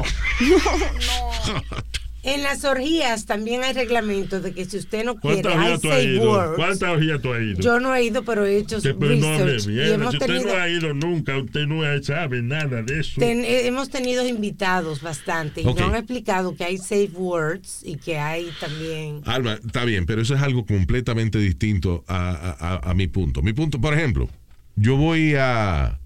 E: En las orgías también hay reglamentos de que si usted no quiere,
H: ¿Cuántas
E: hay
H: orgías tú has
E: safe
H: ido?
E: words.
H: ¿Cuántas orgías tú has ido?
E: Yo no he ido, pero he hecho
H: Usted, pero no hable
E: research y
H: mierda.
E: hemos
H: Si usted
E: tenido,
H: no ha ido nunca, usted no sabe nada de eso.
E: ten- eh, hemos tenido invitados bastante y
D: Ok.
E: nos han explicado que hay safe words y que hay también.
D: Alma, está bien, pero eso es algo completamente distinto a, a- a- a mi punto. Mi punto, por ejemplo, yo voy a,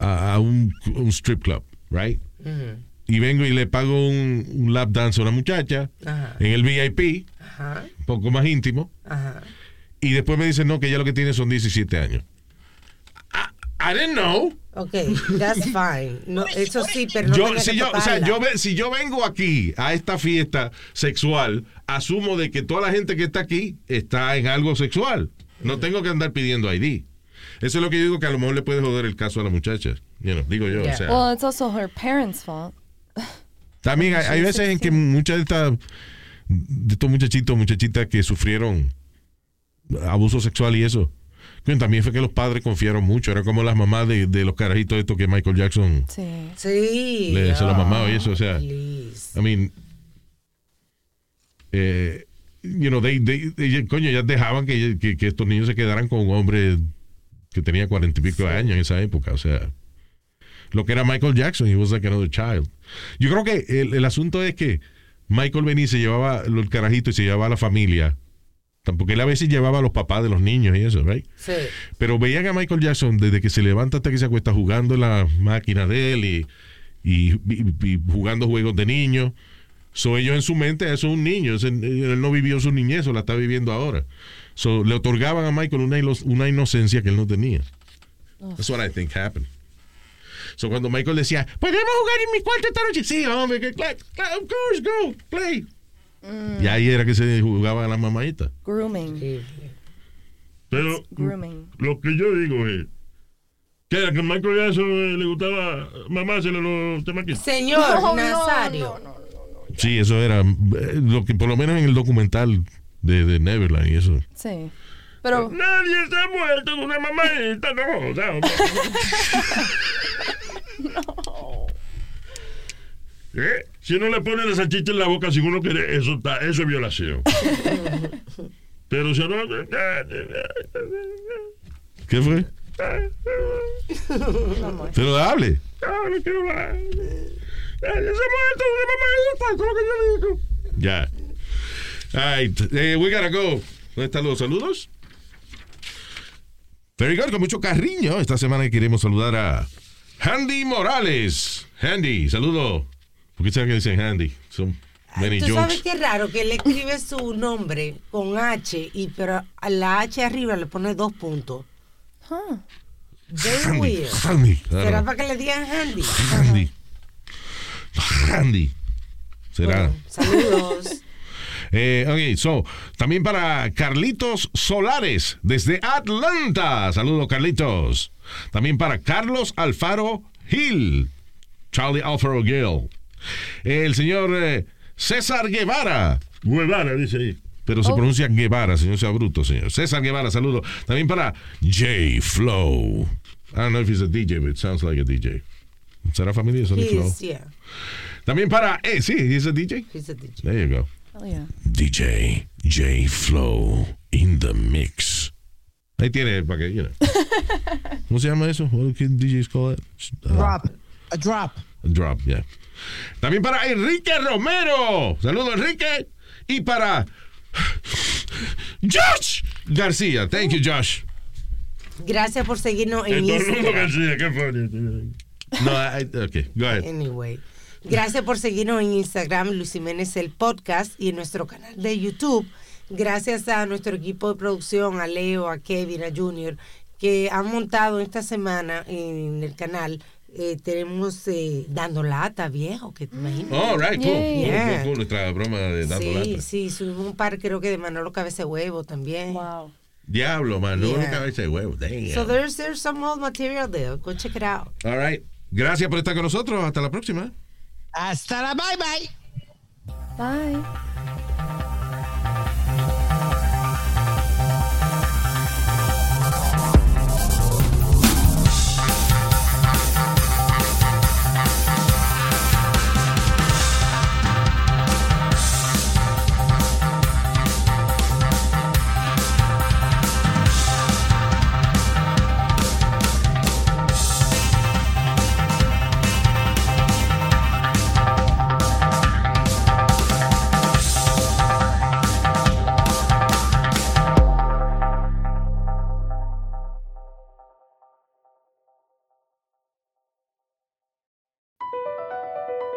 D: a, a un, un strip club, right?
E: Ujú.
D: Y vengo y le pago un, un lap dance a una muchacha
E: Ajá.
D: en el VIP,
E: Ajá.
D: un poco más íntimo,
E: Ajá.
D: y después me dicen, no, que ya lo que tiene son 17 años. I, I didn't know.
E: Ok,
H: [laughs]
E: that's fine. No, eso sí, pero no
D: Yo,
E: tenga
D: si,
E: que
D: yo, o sea,
E: tocarla.
D: yo ve- si yo vengo aquí a esta fiesta sexual, asumo de que toda la gente que está aquí está en algo sexual. No tengo que andar pidiendo ID. Eso es lo que yo digo que a lo mejor le puede joder el caso a la muchacha. You know, digo yo. o sea.
F: Well, it's also her parents' fault.
D: también hay, hay veces en que muchas de estas de estos muchachitos, muchachitas que sufrieron abuso sexual y eso, Bueno, También fue que los padres confiaron mucho. Era como las mamás de, de los carajitos estos que Michael Jackson
E: Sí. Sí.
D: le hizo a la mamá y eso. O
E: Ah,
D: sea, I mean, eh, you know, they- they- they- coño, ya dejaban que, que- que estos niños se quedaran con un hombre que tenía cuarenta y pico de años en esa época. O sea, lo que era Michael Jackson, he was like another child. Yo creo que el, el asunto es que Michael venía y se llevaba lo- el carajito y se llevaba a la familia. Tampoco él a veces llevaba a los papás de los niños y eso, ¿right?
E: Sí.
D: Pero veían a Michael Jackson desde que se levanta hasta que se acuesta jugando en la máquina de él y, y- y- y jugando juegos de niños. So, ellos en su mente, eso es un niño. ese- él no vivió su niñez, o la está viviendo ahora. So, le otorgaban a Michael una, ilo- una inocencia que él no tenía. That's what I think happened. So, cuando Michael decía, ¿podemos jugar en mi cuarto esta noche? Sí, hombre, que, claro, claro, of course, go, play. Y ahí era que se jugaba a la mamadita.
F: Grooming.
H: Pero
F: Grooming.
H: lo que yo digo es que a que Michael Jackson eh, le gustaba mamárselo los temaquis.
E: Señor
F: No, no,
E: Nazario.
D: Sí, eso era eh, lo que por lo menos en el documental de, de Neverland y eso.
F: Sí. Pero.
H: Nadie se ha muerto de una mamadita, no. no. ¿Eh? Si uno le pone la salchicha en la boca si uno quiere, eso, está, eso es violación. Pero si eh, no... eh,
D: ¿Qué fue? ¿Te lo hable?
H: No, no quiero hablar. Nadie se ha muerto de una mamadita, eso es lo que yo digo.
D: Ya. All right, eh, we gotta go. ¿Dónde están los saludos? Very good, con mucho cariño. Esta semana queremos saludar a Handy Morales. Handy, saludo. ¿Por qué sabes que dicen Handy? Son many
E: Tú sabes
D: jokes.
E: qué raro que él escribe su nombre con H y pero a la H arriba le pone dos puntos. Very
D: Handy,
E: weird.
D: Handy. claro.
E: ¿Será para que le digan Handy?
D: Handy. Handy. Será.
E: Saludos.
D: Eh, ok, so, también para Carlitos Solares, desde Atlanta. Saludos, Carlitos. También para Carlos Alfaro Gil. Charlie Alfaro Gil. El señor eh, César Guevara.
H: Guevara, dice ahí.
D: Pero se
H: Oh.
D: pronuncia Guevara, señor, sea bruto, señor. César Guevara, saludos. También para J. Flow. I don't know if he's a DJ, but it sounds like a DJ. ¿Será familia de Sonny
E: He
D: Flow?
E: is, yeah.
D: También para... Eh, sí, he's a DJ.
E: He's a DJ.
D: There you go.
F: Hell yeah.
D: DJ J Flow in the mix. Ahí tiene para que, you know. ¿Cómo se llama eso? What do DJs call it?
G: Drop. A drop.
D: Drop, yeah. También para Enrique Romero. Saludos, Enrique. Y para Josh García. Thank you, Josh.
E: Gracias por seguirnos en
H: Estornudo
E: Instagram.
H: García, qué funny.
D: No, I, okay, go ahead.
E: Anyway. Gracias por seguirnos en Instagram, Luis Jiménez el podcast y en nuestro canal de YouTube. Gracias a nuestro equipo de producción, a Leo, a Kevin, a Junior, que han montado esta semana en el canal. eh, tenemos eh, Dando Lata, viejo, que te imaginas.
D: All right, cool. cool,
E: Yeah.
D: cool, cool. Nuestra broma de Mm. Oh, dando
E: sí,
D: lata.
E: sí, subimos un par, creo que de Manolo Cabeza de Huevo también. Wow.
D: Diablo, man. No,
E: Yeah.
D: cabeza de huevo. Damn.
E: So there's, there's some old material there. Go check it out.
D: All right. Gracias por estar con nosotros. Hasta la próxima.
G: Hasta la bye bye.
F: Bye.